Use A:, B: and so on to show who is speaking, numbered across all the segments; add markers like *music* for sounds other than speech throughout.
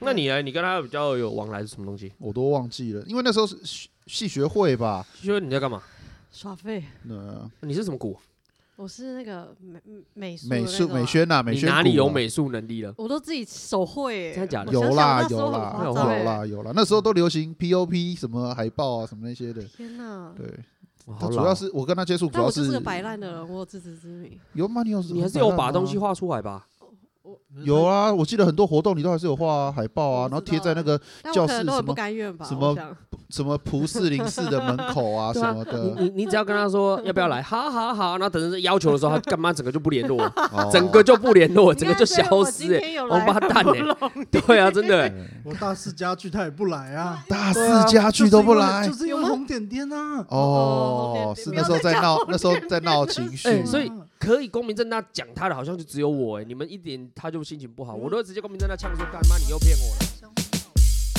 A: 那你呢？你跟他比较有往来是什么东西？
B: 我都忘记了，因为那时候是系系学会吧，
A: 就是你在干嘛？
C: 耍废。
B: 呃，
A: 你是什么股？
C: 我是那个美美术的
B: 美
C: 那
B: 术
C: 种啊
B: 美，宣呐，美
A: 你
B: 宣
A: 哪里
B: 股
A: 有
B: 啊？
A: 美啊术能力了？
C: 我都自己手绘欸。
A: 真的假的
C: 我想
B: 有
C: 想
B: 啦
C: 那时
B: 有
C: 候很
B: 啦
C: 夸
B: 有
C: 张欸
B: 啦有啦，那时候都流行 POP 什么海报啊什么那些的，
C: 天哪！
B: 对。
A: 哇
B: 他
A: 好
B: 哦主
A: 老
B: 要是我跟他接触，主
C: 但
B: 要
C: 我就是个摆烂的人，我有自知之明。
B: 有吗？你有
A: 你还是有把东西画出来吧？
B: 有啊，我记得很多活动你都还是有画啊海报啊，
C: 我
B: 然
C: 不
B: 后
C: 知
B: 贴在那个
C: 但
B: 教
C: 我可
B: 室
C: 能都
B: 什
C: 很不
B: 么
C: 甘愿吧。
B: 什
C: 我
B: 么
C: 想
B: 什么蒲四零四的门口
C: *laughs*
B: 啊
A: 对
B: 什
A: 啊
B: 么
A: 你
B: 的，
A: 你你只要跟他说要不
B: *laughs*
A: 要来，好好好，然后等着要求的时候，他 *laughs* 干嘛整个就不联络，
B: 哦
A: 整个就不联络，
C: 你
A: 整个就
C: 看觉得
A: 消
C: 我今
A: 失，哎
C: 天有
A: 王
C: 来
A: 八蛋哎
C: 很不容易
A: 对啊，真的，
B: 对
D: 我大四家具他也不来啊，
B: 大四家具都不来
D: 就是因为红点点啊。
B: 哦
C: 哦，
B: 是
C: 不
B: 那
C: 要
B: 时候在
C: 再讲
B: 闹
C: 了，
B: 那时候在闹情绪
A: 哎，所以
D: 啊
A: 可以光明正大讲他的，好像就只有我哎，你们一点他就心情不
B: 嗯
A: 好，我都直接光明正大呛说干妈你又骗我了。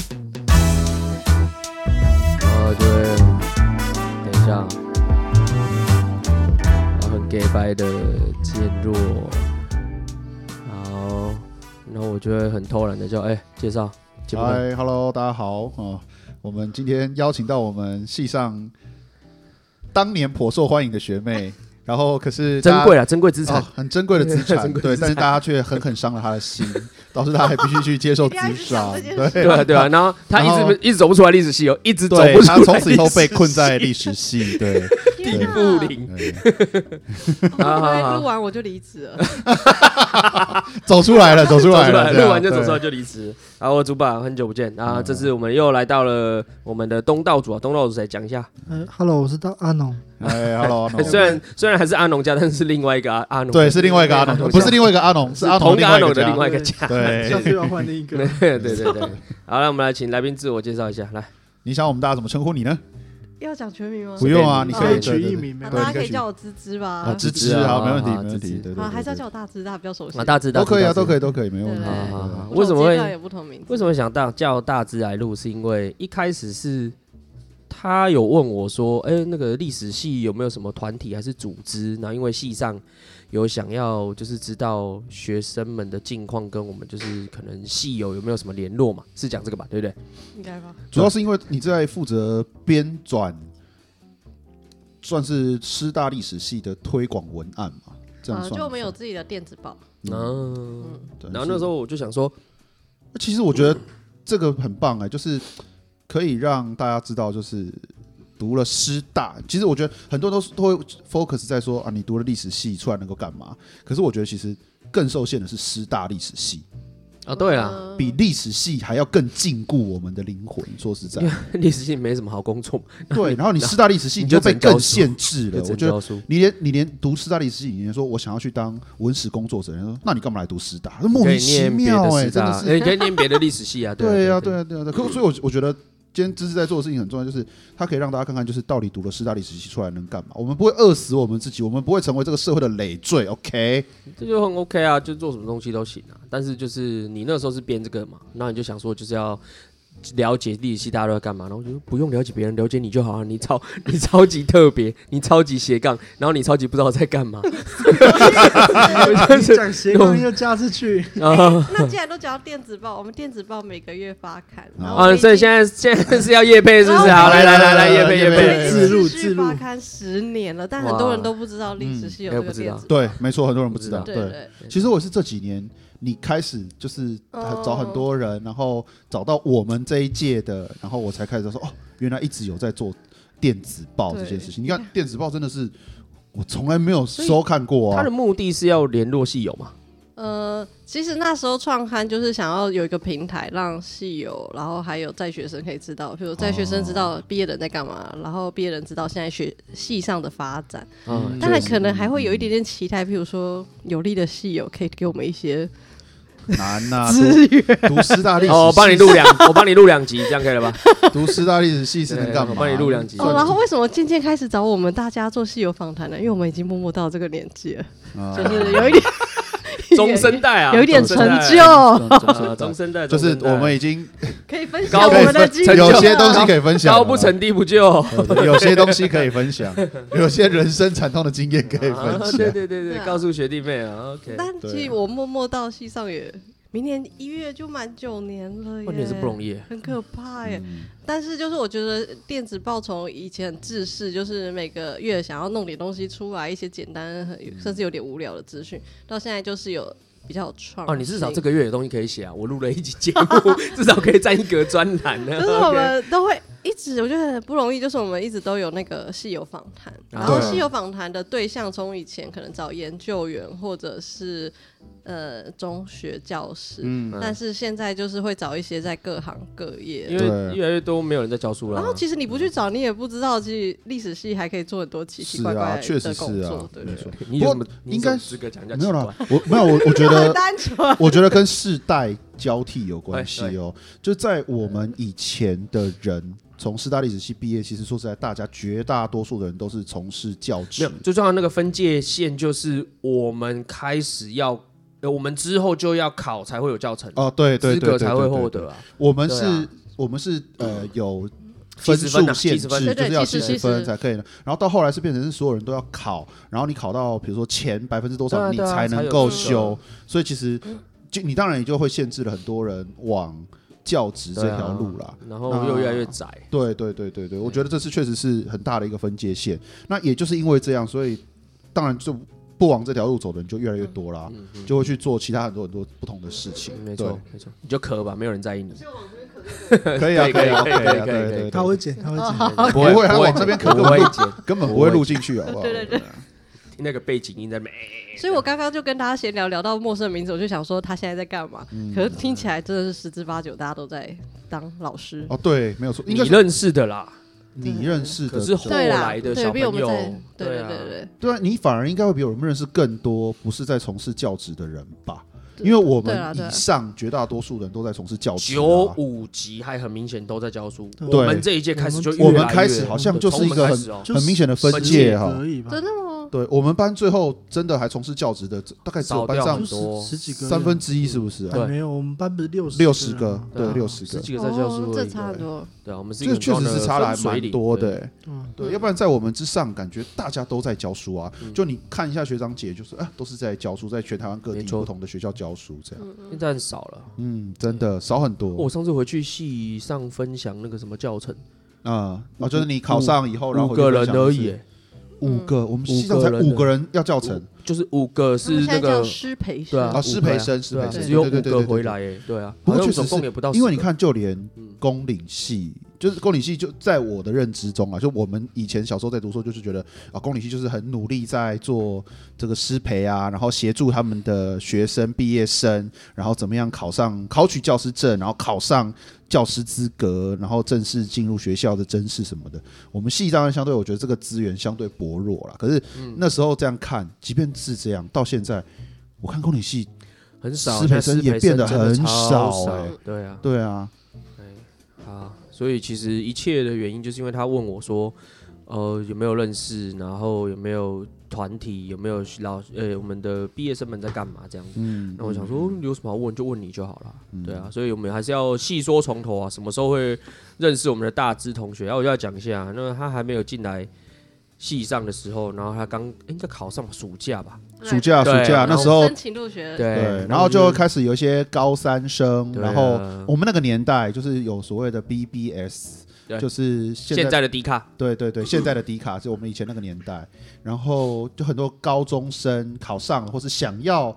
A: 啊，对，等一下，然后很 gay 白的渐弱，然后，然后我就会很偷懒的叫，哎、介绍节目内容，
B: 嗨，Hello，大家好啊、哦我们今天邀请到我们系上当年颇受欢迎的学
A: *laughs*
B: 妹，然后可是大
A: 珍
B: 家
A: 贵啊，珍贵资产，
B: 哦很珍贵的资产
A: *laughs* 珍，贵
B: 对，
A: 资产
B: 但是大家却狠狠伤了她的心， *laughs* 导致她还必须去接受
C: *laughs* 一
B: 职
C: 定要一直
B: 场
C: 想这，件
B: 对
C: 事
A: 对啊，对啊，然后他
B: 然
A: 一
B: 后
A: 直一直走不出来历史系哦，一直走
B: 对
A: 不出来
B: 她
A: 历史系，啊
B: 从此以后被
A: *laughs*
B: 困在历史系，对，
C: 天
A: 地
C: 哪
A: 不灵，
B: 对
A: 好好
C: 对，
A: 好
C: 录完我就离职了。
B: 走出来 *laughs* 了，走出
A: 走
B: 来
A: 出
B: 了，
A: 来，
B: 这样
A: 录完就走出来
B: 对
A: 就离职。然后我主板很久不见，啊，
B: 嗯
A: 这次我们又来到了我们的东道主啊，东道主谁讲一下？
B: 呃
D: 嗯，Hello，我是大阿农，
B: 哎，Hello，阿农
A: 虽然虽然还是阿农家，但是另外一个阿阿农，
B: 对是另外一个阿农，不是另外一个阿农，是阿农
A: 同个
B: 另
A: 阿
B: 外一
A: 农
B: 个
A: 的
B: 家
A: 另外一个家。
B: 对
A: *laughs*
D: 下次要换另
B: *laughs*
D: 一个。啊
A: 对对对对，好，那我们来请来宾自我介绍一下，来，
B: 你想我们大家怎么称呼你呢？
C: 要讲全名吗
B: 不？用啊，你可以
D: 可以取艺
B: 名。
D: 名没
C: 啊
D: 有
B: 对
C: 大家
B: 你可
C: 可
B: 以
C: 以
B: 去
C: 叫我芝芝
B: 啊，
C: 吧。
B: 芝芝
A: 芝
B: 啊，
A: 啊
B: 没问题，
A: 啊
B: 没问题，
A: 芝芝
B: 对对对
C: 啊，还是要
B: 对
C: 叫我大芝，大家比较熟悉
A: 啊，。大致哎
B: 都可以啊，都可以，都可以，没有问题。
C: 对
A: 好好
B: 对
A: 好，
C: 不
A: 为什
C: 同
A: 么
C: 阶
A: 会
C: 段有不同名字？
A: 为什么想到叫大致来录？是因为一开始是他有问我说，哎、那个历史系有没有什么团体还是组织？然后因为系上有想要就是知道学生们的近况，跟我们就是可能系友有没有什么联络嘛？是讲这个吧，对不对？
C: 应该吧？
B: 主要是因为你在负责编转，算是师大历史系的推广文案嘛，这样
C: 啊，
B: 算吗。
C: 就我们有自己的电子报。
B: 嗯，
A: 嗯，
C: 嗯，
B: 对
A: 然后那时，候我就想说，
B: 是其实我觉得这个很棒哎，就是可以让大家知道，就是读了师大，其实我觉得很多都是都会 focus 在说啊，你读了历史系出来能够干嘛？可是我觉得其实更受限的是师大历史系。
A: 啊，对啊，
C: 嗯
B: 比历史系还要更禁锢我们的灵魂。
A: *laughs*
B: 说实在，
A: 历史系没什么好工作嘛，
B: 对，然后你师大历史系
A: *laughs* 你
B: 你
A: 就
B: 就被
A: 整教
B: 更
A: 书
B: 限制了。
A: 就
B: 我
A: 只
B: 觉得
A: 教书。
B: 你连你连读师大历史系，你连说我想要去当文史工作者，人家说那你干嘛来读师大？莫
A: 可
B: 名
A: 以
B: 其
A: 念别
B: 妙
A: 的
B: 哎、
A: 师
B: 真
A: 大，
B: 的
A: 哎
B: 是。
A: 你可以念别的历史系啊，
B: 对
A: 啊
B: 呀，对呀，对呀，对啊。可所以我，我觉得今天知识在做的事情很重要，就是它可以让大家看看，就是到底读了师大历史系出来能干嘛。我们不会饿死我们自己，我们不会成为这个社会的累赘。OK，
A: 这就很 OK 啊，就做什么东西都行啊。但是就是你那时候是编这个嘛，然后你就想说就是要了解历史系大家都在干嘛，然后我就说不用了解别人，了解你就好了、你超你超级特别，你超级斜杠，然后你超级不知道在干 *laughs* 嘛
D: 你讲斜杠又加进去，
A: *laughs* 啊
C: 那既然都讲到电子报，我们电子报每个月发刊，然后我
A: 啊！
C: 们已
A: 所以
C: 经
A: 现在现在是要夜配是不是？
C: 然后
A: 好，
C: 我
A: 来来来来
B: 来
A: 夜配夜
B: 来
A: 配。
B: 来
D: 自录
C: 持续
D: 自录
C: 发刊十年了，但很多人都不知道历史是有这
A: 嗯
C: 个电子报。
B: 对，没错，很多人不知道，
C: 对
B: 对。
C: 对，
B: 其实我是这几年，你开始就是
C: 哦
B: 找很多人，然后找到我们这一届的，然后我才开始说哦，原来一直有在做电子报
C: 对
B: 这件事情。你看电子报真的是我从来没有收看过
A: 他
B: 啊
A: 的，目的是要联络系友嘛？
C: 呃，其实那时候创刊就是想要有一个平台，让系友，然后还有在学生可以知道，比如在学生知道毕业人在干嘛，然后毕业人知道现在学系上的发展。
A: 嗯，
C: 当然，可能还会有一点点期待，譬如说有力的系友可以给我们一些
B: 难呐、
C: *laughs* 资源。
B: 读读师大 *laughs* 历史系，
A: 哦，我帮你录 *laughs* 两，我帮你录两集，这样可以了 *laughs* 吧？
B: 读师大历史系是能干
A: 对
B: 嘛？
A: 我帮你录两集
C: 哦，然后为什么渐渐开始找我们大家做系友访谈呢？因为我们已经默默到这个年纪了，
B: 啊
C: 就是有一
B: *laughs*
C: 点
A: 中生代啊，
C: 有一点
A: 中
C: 成
A: 生代
C: 就，
A: 啊中生代
B: 就是我们
A: 已
B: 已经
C: 可以分享
A: 高
C: 我
A: 分
C: 们的经历。
B: 有些东西可以分享了
A: 高
B: 啦，
A: 不成低不就。
B: 对，对有些东西可以分 *laughs* 享，有些人生惨痛的经验可以分
A: 啊
B: 享。
A: 对对对对，
C: 对啊
A: 告诉学弟妹啊，OK。
C: 但其实我默默到系上也明年一月就满九年了
B: 哦
C: 耶，
A: 那你也是不容易耶。
C: 很可怕耶。
A: 嗯
C: 但是就是我觉得电子报从以前很制式，就是每个月想要弄点东西出来，一些简单
A: 嗯
C: 很甚至有点无聊的资讯，到现在就是有比较有创
A: 哦，你至少这个
C: 个。
A: 月有东西可以写啊！我录了一集节目， *laughs* 至少可以占一格专栏啊
C: *laughs*
A: 呢。
C: 就是
B: *laughs*
C: 我们都会一直，我觉得很不容易，就是我们一直都有那个戏友访谈，
A: 啊
C: 然后
B: 对啊
C: 戏友访谈的对象从以前可能找研究员或者是呃中学教师，
A: 嗯
C: 但是现在就是会找一些在各行各
A: 因
C: 业。
A: 为
B: 对
A: 越来越多没有人在教书了
C: 然后
A: 啊。
C: 其实你不去找，你也不知道，其实历史系还可以做很多奇奇
B: 是
C: 怪
B: 啊，
C: 怪
B: 确实
C: 的工
B: 是
C: 作
B: 啊，，
C: 对
B: 没
C: 不
B: 错
C: *laughs* 对？。
A: 你
B: 不
A: 有
B: 过
A: 什么？你
B: 应
A: 有
B: 该
A: 什么资格讲人家
B: 没有
A: 奇
B: 啦
A: 怪，
B: 我没有我我觉
C: *laughs*
B: 得
C: 很
B: *laughs*
C: 单纯，
B: 我觉得跟世代交替有关系
A: 哎
B: 哦。就在我们以前的人从师大历史系毕业，其实说实在，大家绝大多数的人都是从事教
A: 没有
B: 职，，
A: 最重要的那个分界线就是我们开始要，呃我们之后就要考才会有教程，
B: 哦，对对
A: 资
B: 对，
A: 格
B: 对
A: 才会
B: 对对
A: 获
B: 对
A: 得啊。
B: 我们
A: 对
B: 是，
A: 啊
B: 我们是呃有分
A: 70分
B: 数
A: 啊
B: 限制，
A: 70分
B: 就
C: 对
B: 是
C: 对
B: 要
C: 70
B: 十分才可以的。然后到后来是变成是所有人都要考，然后你考到比如说前百分之多
A: 对啊
B: 少，你
A: 对啊才
B: 能
A: 有
B: 够
A: 资格
B: 修。所以其实就你当然也就会限制了很多人往教职这
A: 对啊
B: 条路啦。
A: 然后又越来越窄。
B: 对对对对对，我觉得这次确实是很大的一个分界线。那也就是因为这样，所以当然就不往这条路走的人就越来越多啦，
A: 嗯
B: 就会去做其他很多很多不同的事情。
A: 没错，没错，你就咳吧，没有人在意你。
B: 对，可以啊，
A: 可以
B: 以
A: 可
B: 啊，可
A: 以
B: 以啊，
A: 可以可以
B: 对对
D: 他
B: 对，
D: 会剪，他会剪。
B: 不会，他
A: 不会
B: 往这边可
A: 不
B: 根本
A: 会
B: 就
A: 剪，
B: 根本不会录进去，好不好？
C: 对对对。
A: 那个背景音在那边。
C: 所以我刚刚就跟大家闲聊聊到陌生的名字，我就想说他现在在干嘛？
B: 嗯
C: 可是听起来真的是十之八九，大家都在当老师。
B: 哦，对，没有错，应
A: 你
B: 该是
A: 认识的啦，
B: 你认识
A: 可
B: 的，
A: 是后
C: 对啦，
A: 来的
C: 对
A: 小朋
C: 比我们
A: 友
C: 在，对
A: 对
C: 对
A: 啊
C: 对对，
B: 对啊，你反而应该会比我们认识更多不是在从事教职的人吧？因为我
C: 对啦
B: 们
C: 对啦
B: 以上绝大多数人都在从事教职啊，
A: 九五级还很明显都在教书，
D: 对
A: 我们这一届开始就
B: 我
A: 越
B: 们
A: 来
B: 开
A: 越
B: 始好像就是
A: 从
B: 一
A: 我们
B: 个
A: 开
B: 很
A: 始哦
D: 就
B: 很明显的分界哈。
D: 而已吧，
C: 真的吗？
B: 对我们班最后真的还从事教职的，大概只有
A: 少
B: 班
A: 掉
B: 上
A: 很多
D: 十几个
B: 三分之一，是不是啊？
A: 对
D: 哎没有，我们班不是六
B: 六
D: 十
B: 十个，
A: 对
B: 对
A: 啊，
B: 六十个
A: 十，几个在教书而已，
C: 哦这差很多。
A: 对啊，我们是一
B: 这
A: 个
B: 个确实是差了还蛮多
A: 很高的
B: 的、
A: 分水岭。
B: 欸
D: 嗯
B: 对，要不然在我们之上，感觉大家都在教书啊。
A: 嗯
B: 就你看一下学长姐，就是啊，都是在教书，在全台湾各地
A: 没错
B: 不同的学校教书这样。
A: 对现在很少了。哦
B: 嗯，真的少很多
A: 我上次回去系上分享那个什么教程，
B: 啊。哦，就是你考上以后，哦然后
A: 五
B: 回去
A: 个
B: 分
A: 人
B: 享
A: 而
B: 是
A: 已，欸
B: 五个，我们
A: 五
B: 系上
A: 个
B: 才
A: 人
B: 五
A: 的
B: 个人要教程
A: 就是五个
C: 他们
A: 是
C: 现
A: 那
C: 在叫
A: 个
C: 师培
A: 对啊，
C: 生
B: 哦，师培生
A: 五个呀
B: 师培生
A: 对啊只有
B: 对对
A: 五
B: 对对
A: 个
B: 对
A: 回来，欸对啊，
B: 不过
A: 好像
B: 确实
A: 总
B: 是
A: 共也不到，
B: 因为你，看，就连公领系，就是公领系，就在我的认知中啊，就我们以前小时候在读书，就是觉得啊，公领系就是很努力在做这个师培啊，然后协助他们的学生毕业生，然后怎么样考上考取教师证，然后考上教师资格，然后正式进入学校的甄试什么的。我们系当然相对，我觉得这个资源相对薄弱啦。可是
A: 嗯
B: 那时候这样看，即便是这样，到现在我看公领系，
A: 很少，
B: 师培生也变得很
A: 少
B: 少
A: 欸
B: 欸，
A: 对啊，
B: 对啊，
A: 啊，所以其实一切的原因就是因为他问我说，呃，有没有认识，然后有没有团体，有没有老呃我们的毕业生们在干嘛这样子。
B: 嗯，
A: 那我想说，有什么好问就问你就好了，
B: 嗯
A: 对啊，所以我们还是要细说从头啊，什么时候会认识我们的大志同学？然后我就要讲一下，啊那他还没有进来系上的时候，然后他刚、诶应该考上暑假吧，
B: 暑假暑
A: 对
B: 假
A: 然
B: 那
A: 后
B: 时候
C: 哎申请入学，
A: 对
B: 对，，然后就开始有一些高三生，
A: 对啊
B: 然后我们那个年代就是有所谓的 BBS，
A: 对
B: 就是现在
A: 现在的迪卡，
B: 对对对现在的迪卡是我们以前那个年代，然后就很多高中生考上了或是想要。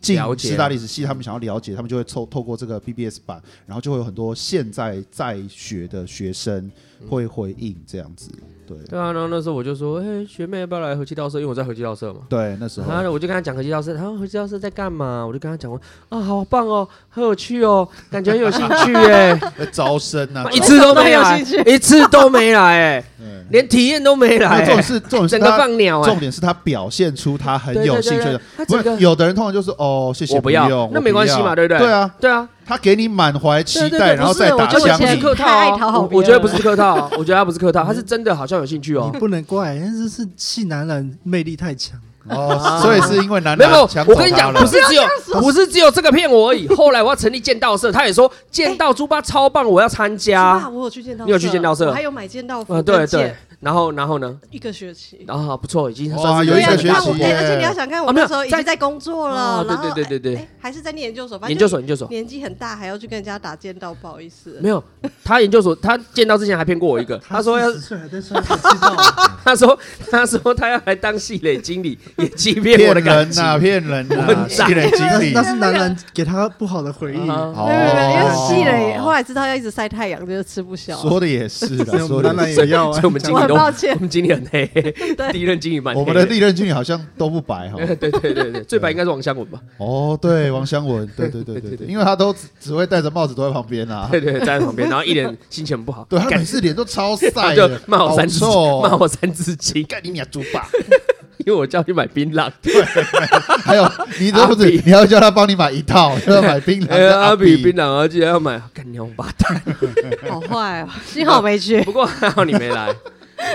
B: 进
A: 了解
B: 师大历史系，他们想要了解，他们就会透透过这个 BBS 版，然后就会有很多现在在学的学生会回应这样子。对
A: 嗯对啊，然后那时候我就说，哎、学妹要不要来和气道社？因为我在和气道社嘛，
B: 对，那时候
A: 然啊后我就跟他讲何基老师，然后何基老师在干嘛？我就跟他讲过啊，好棒哦，很有趣哦，感觉很有兴趣耶，
B: 在招生
A: *laughs*
B: 啊，
A: 哦一次都没来，
C: 我什么都没有兴
A: 一次都没来，哎，
B: 对
A: 连体验都没
B: 嗯那
A: 来，
B: 这种
A: 哎
B: 是这种是
A: 整个
B: 他
A: 放鸟
B: 重
A: 哎，
B: 点是他表现出他很
A: 对
B: 有
A: 对
B: 兴趣
A: 对
B: 的
A: 对，他
B: 不
A: 整
B: 是
A: 个
B: 有的人通常就是哦，谢谢，
A: 我不要
B: 用，
A: 那
B: 我
A: 没关系
B: 要
A: 嘛对不对
B: 对啊，
A: 对啊，
B: 他给你满怀期
C: 对对
B: 待，
C: 对
B: 然后
C: 不是
B: 再
C: 我
B: 打
C: 觉得
A: 我
B: 枪
A: 觉得不
C: 前
A: 是
B: 你。
C: 科
A: 客套
C: 太讨
A: 啊，
C: 好
A: 我
C: 别
A: 我觉得
C: 人
A: 不是客套啊，我觉得他不是客套，他是真的好像有兴趣哦
B: 嗯
D: 你。不能怪，但是是系男人魅力太强。
B: 哦，所以是因为男
A: 没
B: 的
A: 有，没有
B: 抢走
A: 我跟你
B: 他
A: 讲，
B: 了
A: 不是只有不是只有这个骗我而已。后来我要成立剑道社，他也说剑道猪八超棒，我要参
C: 是吧
A: 加。
C: 我有去见到，
A: 啊你有去剑道社
C: 我还有买剑道服
A: 啊，
C: 跟
A: 对
C: 剑
A: 对，然后然后呢？
C: 一个学期。
A: 然后啊好不错，已经
B: 哇
A: 算是
B: 有
C: 对
B: 一
C: 呀，
B: 个
C: 你看
B: 学
C: 我
B: 期
C: 哎
B: 耶
C: 而且你要想看，
A: 啊
C: 我
A: 没有
C: 那时候已经
A: 在
C: 在工作了，
A: 哦对
C: 然后
A: 对对对
C: 哎
A: 对
C: 哎还是在念研究所，反正
A: 研究所研究所。
C: 年纪很大，还要去跟人家打剑道，不好意思。
A: 没有，他研究所他见到之前还骗过我一
C: *laughs*
A: 个，他说要
D: 十岁还在算学
B: *laughs*
D: 知道，
A: 他说他说他要来当系垒经理，也欺骗我
B: 骗
A: 的感
B: 人
A: 情。
B: 呐，骗人呐，
A: 混
B: 系
A: 账
B: 列经理
D: 那。是男人给他不好的回忆。
A: 啊
B: 哦
C: 没有没有没有，因为戏了，后来知道要一直晒太阳，这就吃不消。
B: 说的也是
A: *laughs*
D: 所以
B: 啦，
D: 我
B: 说
D: 们
B: 的
D: 当
B: 也
D: 然
B: 是
D: 也要啊
A: 所以我们经
C: 我
A: 理
C: 很
A: 都，
C: 抱歉
A: 我们经理很黑，第一任经理蛮黑。
B: 我们的历任经理好像都不白哈。
A: *laughs* 对对对对，最白应该是王湘
B: *laughs*
A: 文吧？
B: 哦，对，王湘文，对对
A: 对
B: 对对
A: 对
B: 对，
A: 对
B: 因为他都只只会戴着帽子躲在旁边啊。
A: 对对，站在旁边，然后一脸心情不好，
B: 对他
A: 干
B: 每次脸都超晒
A: 他就
B: 的，
A: 骂我
B: 好
A: 三字，
B: 臭哦
A: 骂我三字经， *laughs*
B: 干你娘猪吧！
A: 因为我叫你买槟榔。
B: *laughs* 还有你都不止
A: 阿比，
B: 你还要叫他帮你买
A: *laughs*
B: 一套，要买槟榔
A: 哎
B: 跟
A: 呀，阿
B: 阿
A: 比
B: 比
A: 槟。榔啊，记得要买，干娘八蛋。
C: 好坏 *laughs* 哦，幸好没去。
A: *laughs* 不过还好你没来。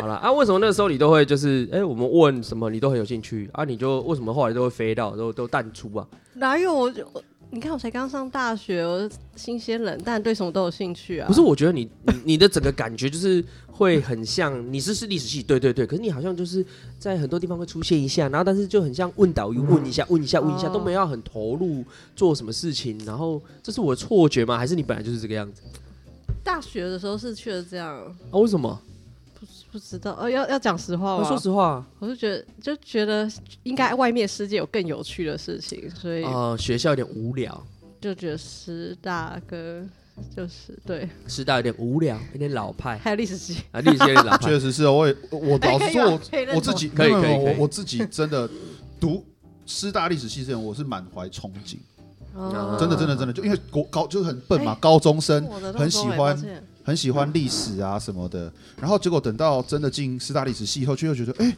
A: 好了啊，为什么那时候你都会就是哎、我们问什么你都很有兴趣啊？你就为什么后来都会飞到都都淡出啊？
C: 哪有我就我你看我才刚上大学，我新鲜人，但对什么都有兴趣啊。
A: 不是，我觉得你你你的整个感觉就是会很像，你是是历史系，对对对，可是你好像就是在很多地方会出现一下，然后但是就很像问导游问一下问一下问一下，
C: 哦
A: 都没有很投入做什么事情，然后这是我的错觉吗？还是你本来就是这个样子
C: 大学的时候是去了这样，
A: 啊？为什么？
C: 不知道。呃，要要讲实话
A: 我、
C: 吗？
A: 说实话，
C: 我就觉得就觉得应该外面世界有更有趣的事情，所以
B: 啊
A: 呃，学校有点无聊，
C: 就觉得师大跟就是对，
A: 师大有点无聊，有点老派
C: 还有历史系。
A: 啊，历史系有点老派
B: 确实是哦，我也我我
C: *laughs* 哎
B: 老
C: 可以
B: 实说
C: 吗可以
B: 我，
C: 认
B: 我
C: 同
B: 自己
A: 可以
B: 没有
A: 可以
B: 没有
A: 可
B: 我
A: 以
B: 我自己真的读师大历史系之前，我是满怀憧憬，
A: 哦
B: 真的真的真的，就因为国高就是很笨嘛，
C: 哎
B: 高中生
C: 我的
B: 很喜欢
C: 那时候也抱歉
B: 很喜欢历史啊什么的，然后结果等到真的进师大历史系以后，就又觉得，哎，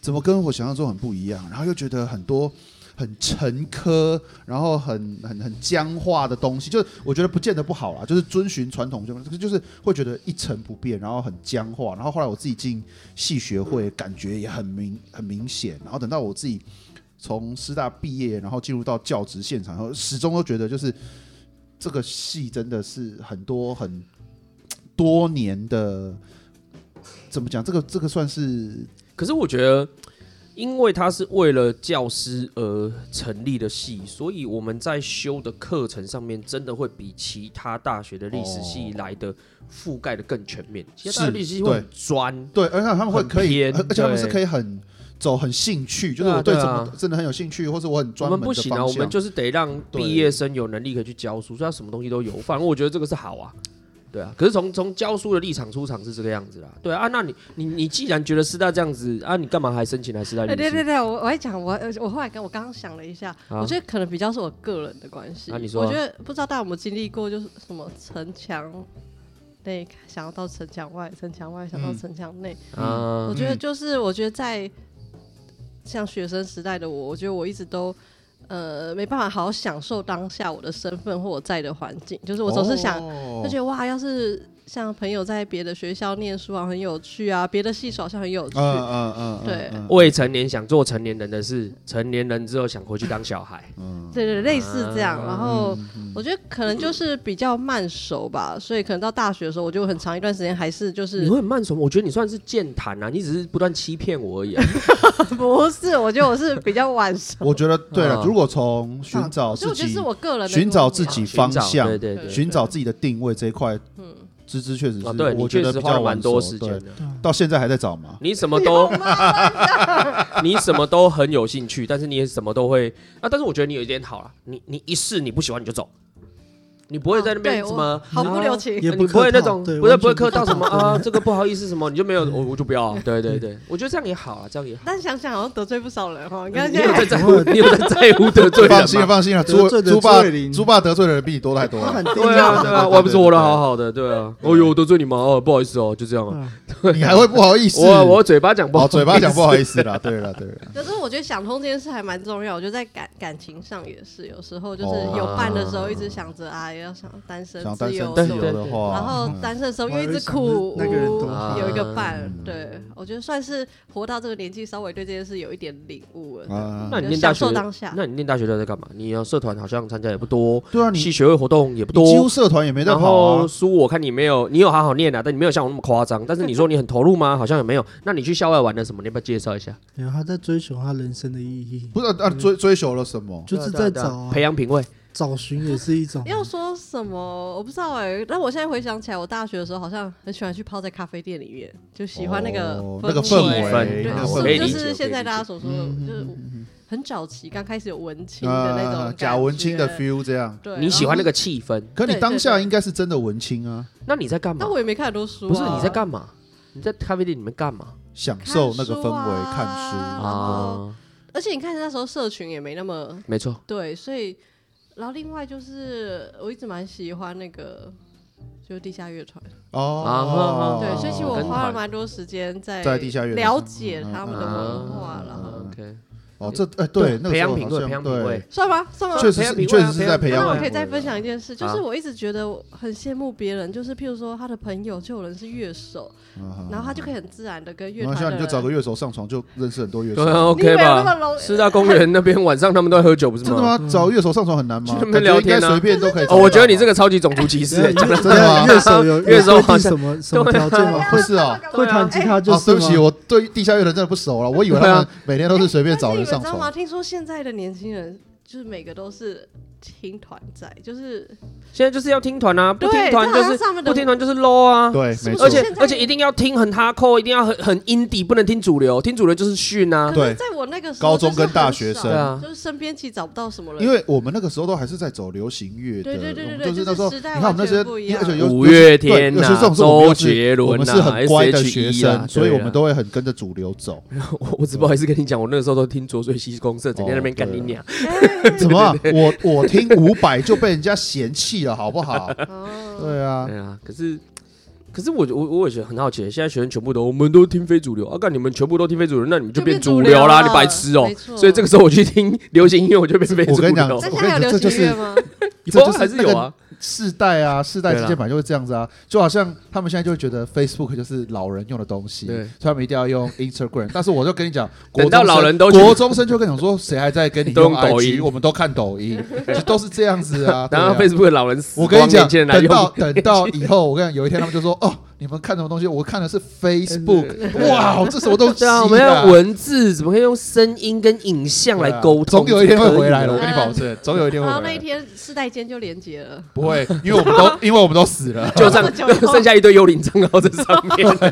B: 怎么跟我想象中很不一样？然后又觉得很多很沉科，然后很很很僵化的东西，就是我觉得不见得不好啦，就是遵循传统，就是就是会觉得一成不变，然后很僵化。然后后来我自己进系学会，感觉也很明很明显。然后等到我自己从师大毕业，然后进入到教职现场，然后始终都觉得就是这个系真的是很多很多年的。怎么讲？这个这个算是
A: 可是我觉得，因为它是为了教师而成立的系，所以我们在修的课程上面，真的会比其他大学的历史系
B: 哦
A: 来的覆盖的更全面。其他
B: 是
A: 大学历史系会很专，
B: 对，而且他们会
A: 很
B: 可以，
A: 偏
B: 而而且他们是
A: 对
B: 可以很走很兴趣，就是
A: 对啊
B: 我对
A: 对
B: 什
A: 啊
B: 么真的很有兴趣，或者我很
A: 我
B: 专
A: 们
B: 门
A: 不
B: 的
A: 行啊，
B: 方
A: 我们
B: 向。
A: 就是得让
B: 对
A: 毕业生有能力可以去教书，所以他什么东西都有。反正我觉得这个是好啊。对啊，可是从从教书的立场出场是这个样子啦。对啊，啊那你你你既然觉得师大这样子啊，你干嘛还申请来师大历
C: 哎，
A: 史
C: 对
A: 系
C: 对对，我我还讲我呃我后来跟我刚刚想了一下，
A: 啊
C: 我觉得可能比较是我个人的关系。
A: 啊你说啊
C: 我觉得不知道大家有没有经历过，就是什么城墙内想要到城墙外，城墙外想到
B: 嗯
C: 城墙内。
A: 啊
C: 我？觉得就是，我觉得在像学生时代的我，我觉得我一直都。呃，没办法好好享受当下我的身份或我在的环境，就是我总是想
B: 哦
C: 就觉得哇，要是像朋友在别的学校念书啊，很有趣啊，别的系所好像很有趣。
B: 嗯嗯嗯，
C: 对
B: 嗯嗯
A: 未成年想做成年人的事，成年人之后想回去当小孩。
B: 嗯，
C: 对对，对类似这样。
A: 啊
C: 然后我觉得可能就是比较慢熟吧，所以可能到大学的时候，我就很长一段时间还是
A: *laughs*
C: 就
A: 你
C: 是
A: 会很慢熟吗？我觉得你算是健谈啊，你只是不断欺骗我而已、啊。
C: *laughs* 不是，我觉得我是比较晚熟
B: 我觉得对了，
A: 啊
B: 如果从寻找自
C: 所以我觉得
B: 己
C: 是、我个人的
B: 寻找自
C: 问
B: 己
C: 题
B: 方
A: 寻找 *laughs* 对
B: 向、
A: 对对。
C: 对
B: 寻找自己的定位这一块，嗯，芝芝确实是，
A: 啊，对你
B: 我觉
A: 确
B: 得
A: 实
B: 比
A: 花
B: 较
A: 了蛮
B: 晚
A: 多
B: 熟
A: 时
B: 对
A: 间的。
D: 啊
B: 到现在还在找嘛。
A: 你什么
C: 啊嗯 *laughs*
A: 都，你什么都很有兴趣，但是你也什么都会啊。但是我觉得你有一点好了，你你一试你不喜欢你就走，你不会在那边
C: 啊对
A: 什么
C: 我毫不
A: 啊
C: 留情。
D: 也
A: 呃
D: 不
A: 你不会
D: 客
A: 那
D: 套
A: 种，
D: 对
A: 不是
D: 完
A: 不会
D: 全不
A: 客套什么
D: 客套 *laughs*
A: 啊，这个不好意思什么，你就没有，我我就不要啊。对对对，我觉得这样也好啊，这样
C: *laughs*
A: 也好。
C: 但想想好像得罪不少人哦哈，你看
A: 你
C: 现
A: 有
C: 在
A: 在在乎，你有在在乎得罪人
B: 放心
A: 吗
B: 了，？放心了，
D: 得
B: 猪
D: 罪的
B: 猪爸
D: 罪人
B: 猪爸得罪的人比你多太多
D: 他
B: 了
D: 很，低
A: 对啊，对
D: 调
B: 对对
A: 啊，
B: 对
A: 我还不是活得好好的，对啊。哦哟，得罪你们哦，不好意思哦，就这样啊。
D: 啊
B: 你还会不好意思？
A: 我我嘴巴讲不好
B: 嗯哦
A: 意思，
B: 嘴巴讲不好意思
C: *laughs*
B: 啦，对了对了，
C: 可是我觉得想通这件事还蛮重要，我觉得在感感情上也是，有时候就是
B: 哦
C: 有伴的时候一直想着啊，要想单身
B: 想单
C: 自
B: 身
C: 由
B: 自
A: 对
B: 由
A: 对
B: 的
A: 对
B: 话，
C: 然后
B: 嗯
C: 单身的时候
D: 哇
C: 因为一直
A: *laughs*
D: 想
C: 苦，
D: 那个人多
A: 好
C: 有一个伴
A: 嗯，
C: 对我觉得算是活到这个年纪，稍微对这件事有一点领悟了。
A: *laughs*
B: 啊，
A: 那你
C: 就
A: 念大
C: 享
A: 学
C: 受，当下，
A: 那你念大学都在干嘛？你有社团好像参加也不多，
B: 对啊，你
A: 系学会活动也不
B: 你几乎
A: 多。
B: 社团也没在
A: 然
B: 跑
A: 后
B: 啊，
A: 书我看你没有，你有好好念啊，但你没有像我那么夸张。但是你说你很投入
B: 啊
A: 吗？好像也没有。那你去校外玩了什么？你要不要介绍一下？
D: 然后他在追求他人生的意义，
B: 不是啊，
A: 嗯
B: 追追求了什么？
D: 就是
A: 对啊
D: 在
A: 对啊
D: 找
A: 对啊
D: 啊
A: 培养品味。
D: 找寻也是一种。
C: 要说什么我不知道哎、但我现在回想起来，我大学的时候好像很喜欢去泡在咖啡店里面，就喜欢那个
B: 哦
C: 氛围、
B: 那个
A: 氛
B: 围，
A: 围
C: 对，
B: 那
A: 啊
B: 个
A: 我
B: 氛
A: 可以
B: 围
C: 就
A: 理解
C: 是现在大家所说的，
B: 嗯
C: 就是很早期刚开始有文青的那种
B: 啊
C: 感觉
B: 假文青的 feel 这样。
C: 对，
A: 你喜欢那
C: 然后？
A: 个气氛，
B: 可你
C: 对
B: 当
C: 对
B: 下
C: 对
B: 应该是真的文青啊，
A: 那你在干嘛
C: 但？我也没看很多书、啊，
A: 不是你在干嘛？你在咖啡店里面干嘛
B: 享
C: 看
B: 受那个
C: 书
B: 氛围，
C: 啊
B: 看书。
A: 啊
C: 啊？而且你看那时候社群也没那么
A: 没错，
C: 对，所以然后另外就是我一直蛮喜欢那个。就是地下乐团，
A: 啊
B: 哦，
C: 对，所以其实我
A: 跟
C: 花
A: 团
C: 了蛮多时间在
B: 在地下乐团
C: 了解他们的文化
A: 啊
C: 然后
A: OK，
B: 嗯
A: *laughs*
B: 哦，这哎对，那个
A: 培
B: 时
A: 养
B: 候
A: 品
B: 好
A: 味，
B: 像
A: 培养品
B: 对
A: 味。
C: 算吗？算吗？
B: 确实
A: 培养品
B: 你
A: 味
B: 确
A: 啊
B: 实是在培
C: 那
B: 养
C: 我
B: 品
C: 可
B: 味
C: 以
B: 啊。
C: 再分享一件事，就
A: 好
C: 是我一直觉得我很羡慕别人，就是譬如说他的朋友就有人是乐手，然后他就可以很自然的跟
B: 嗯
C: 乐
B: 然后现
C: 团的
B: 啊在你就找
C: 人
B: 个乐手上床，就认识很多乐手
A: 对。啊
C: 你以为
A: ，OK
C: 有那么
A: 吧？
C: 容易？
A: 师大公园那边晚上他们都在喝酒，不是
B: 真的
A: 吗？
B: 吗？找乐手上床很难
A: 去
B: 吗？
A: 那边
B: 感觉
A: 聊
B: 应该
A: 天啊
B: 随便都可以
A: 哦，
B: 找到吧。
A: 我觉得你这个超级种族歧视，欸
D: 对
A: 讲的
D: 乐
B: 真的吗
D: 乐手有
A: 乐手
D: 有
A: 好
D: 规定
A: 像
D: 什么什么条件吗？
C: 啊
B: 会是哦。
D: 会弹吉他就
B: 哦，
D: 是
B: 对不
D: 吗
B: 起，我对地下乐团真的不熟了。我以为他
A: 对
B: 们
A: 啊
B: 每天都是随便
C: 但
B: 找
C: 是
B: 人
C: 你们
B: 上
C: 知道吗？
B: 床。
C: 听说现在的年轻人就是每个都是听团仔，就是
A: 现在就是要听团啊，不
C: 对
A: 听团
C: 这
A: 就
C: 好像
A: 是
C: 是他们的
A: 不听团就是 low 啊。
B: 对，
C: 是
B: 没
C: 不
B: 错
A: 而。且
C: 现在
A: 而且一定要听很哈扣，一定要很很 indie，不能听主流，听主流就是逊
C: *laughs*
A: 啊。
C: 可
B: 对
C: 是在我那个时
B: 高
C: 候
B: 中
C: 就是
B: 跟大
C: 很
B: 学
C: 少
B: 生
A: 对啊，
C: 就是身边其实找不到什么人，
B: 因为我们那个时候都还是在走流行乐的，
C: 对对对
B: 我们
C: 对
B: 就是
C: 对
B: 那时候，
C: 就
B: 你
C: 是时代
B: 看我们那些
C: 完全不一，样
B: 而且有
A: 五月天
B: 呐，
A: 呐
B: 尤其是这种时候我们又是
A: 周杰伦呐啊
B: 我们是很乖的学
A: SHE 啊
B: 生，所以
A: 对啊
B: 我们都会很跟着主流
A: *laughs*
B: 走。
A: 我我只不好意思跟你讲，我那时候都听浊水溪公社，整天在那边
B: 哦
A: 干
B: 对
A: 你娘。
B: 怎么啊？我我听伍佰就被人家嫌弃了，好
A: *laughs*
B: 不好？ *laughs*
C: 哦，
B: 对啊，
A: 对啊，可是可是我我我也觉得很好奇，现在学生全部都我们都听非主流啊，干你们全部都听非主流，那你们就
C: 就变
A: 变主
C: 主
A: 流
C: 流
A: 啦，
C: 了
A: 你白痴哦
C: 没。错
A: 所以这个时候我去听流行音乐，我就变非主流。
B: 我跟你讲
A: 有啊
B: 我
C: 但
B: 跟
C: 现在还
B: 你
C: 有
B: 讲这
C: 流
B: 就
C: 行
B: 是
C: 乐吗？
B: 这就
A: 啊还是
B: 是那
A: 有
B: 个
A: 啊，
B: 世代啊，世代之
A: 对啦
B: 间本来就会这样子啊。就好像他们现在就会觉得 Facebook 就是老人用的东西，所
A: 对
B: 以他们一定
A: *laughs*
B: 要用 Instagram。但是我就跟你讲，国
A: 等
B: 中
A: 到
B: 生
A: 老人都去
B: 国中生就跟你讲说，谁还在跟你
A: 都用抖
B: IG？
A: 音
B: 我们都看
A: *laughs*
B: 抖音，就都是这样子啊。对
A: 然
B: 啊
A: 后 Facebook 的老人死
B: 我跟你
A: 光，
B: 讲，
A: 年轻人来
B: 等到
A: 用。
B: 等到以后，我跟你讲，有一天他们
A: *laughs*
B: 就说：“哦，你们看什么东西？我看的是 Facebook。”哇，这什么东西
A: 对啊，
B: 啊？
A: 我们要文字，怎么可以用声音跟影像来沟通？
B: 啊总有一天会回来的，
A: 了
B: 我。跟你保证，总有一天会
C: 然后
B: 回
C: 那
B: 来
C: 一
B: 的。
C: 天世代间就连结了，
B: 不会，因为我们都因为我们都死了， *laughs*
A: *laughs* 就这样，剩下一堆幽灵蟑螂在上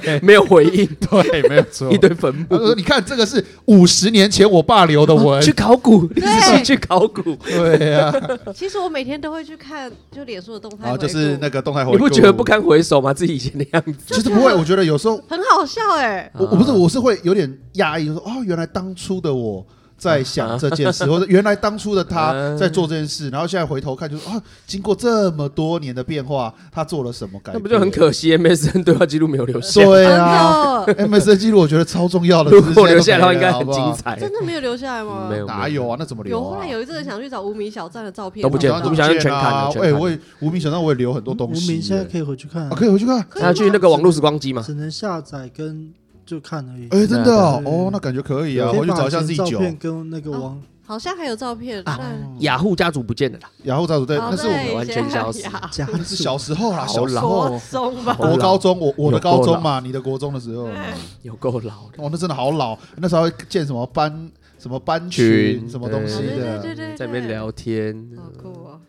A: 面，没有回应，
B: 对，没有错
A: 一。堆坟墓 *laughs*
B: 他。说：“你看，这个是五十年前我爸留的文。
C: *laughs*
A: 去考古，历史系去考古”，
B: 对
A: 啊
B: 呀，
C: 其实我每天都会去看，就脸书的动态回顾，
B: 然后就是那个动态回顾，
A: 你不觉得不？堪回首吗？自己以前的样子。
B: 其实不会，我觉得有时候
C: 很好笑哎、
B: 我我
A: 哦
B: 不是我是会有点压抑，就说哦，原来当初的我在想
A: *laughs*
B: 这件事，或者原来当初的
A: 啊
B: 他在做这件事，然后现在回头看，就是啊，经过这么多年的变化，他做了什么改变？
A: 那不就很？可惜？MSN 对话记录没有留下。
B: 对
C: 真
B: 啊
C: 的，
B: ，MSN 记录我觉得超重要的，
A: 如
B: 只是
A: 果
B: 现
A: 留下来
B: 在
A: 的话，应该
B: 都
A: 很
B: 没了
A: 精。
B: 好
A: 彩。
C: 真的没有留下来吗？
A: 没有
B: 不好哪有啊？那怎么
C: 有
B: 留
C: 后
B: 啊
C: 来？有一阵子想去找无名小站的照片，
A: 都不见了
C: 找
A: 我们
C: 到
A: 想要全看
B: 啊
A: 的！全
B: 哎，
A: 看
B: 我也无名小站我也留很多东西耶。
D: 无名现在可以回去看
B: 啊，，可以回去看。
A: 那去那个网络时光机嘛。
D: 只能下载跟就看而已。
B: 哎，真的哦，
D: 对对对
B: 哦，那感觉可以啊，
D: 可以
B: 回去
D: 把
B: 找一下
D: 以
B: Z
D: 前照
B: 九，
D: 片跟那个
C: 哦
D: 网
C: 好像还有照片，
B: 啊
C: 但
A: 雅虎家族不见了啦，
B: 然后再组队，
C: 好
B: 哦那是我们
C: 哦对
A: 完全消失
C: 现在还有
D: 加
B: 那是小时候啦，
A: 好
B: 小时
A: 老哦
B: 候
C: 国中吧，
B: 我高中，我我的
A: 有够老
B: 高中嘛，你的国中的时候，
C: 嗯
A: 有够老的。
B: 哦，那真的好老，那时候还建什么班什么班群
A: 群
B: 什么东西
C: 对对
B: 的
C: 对，
A: 在那边聊天，嗯
C: 好酷哦！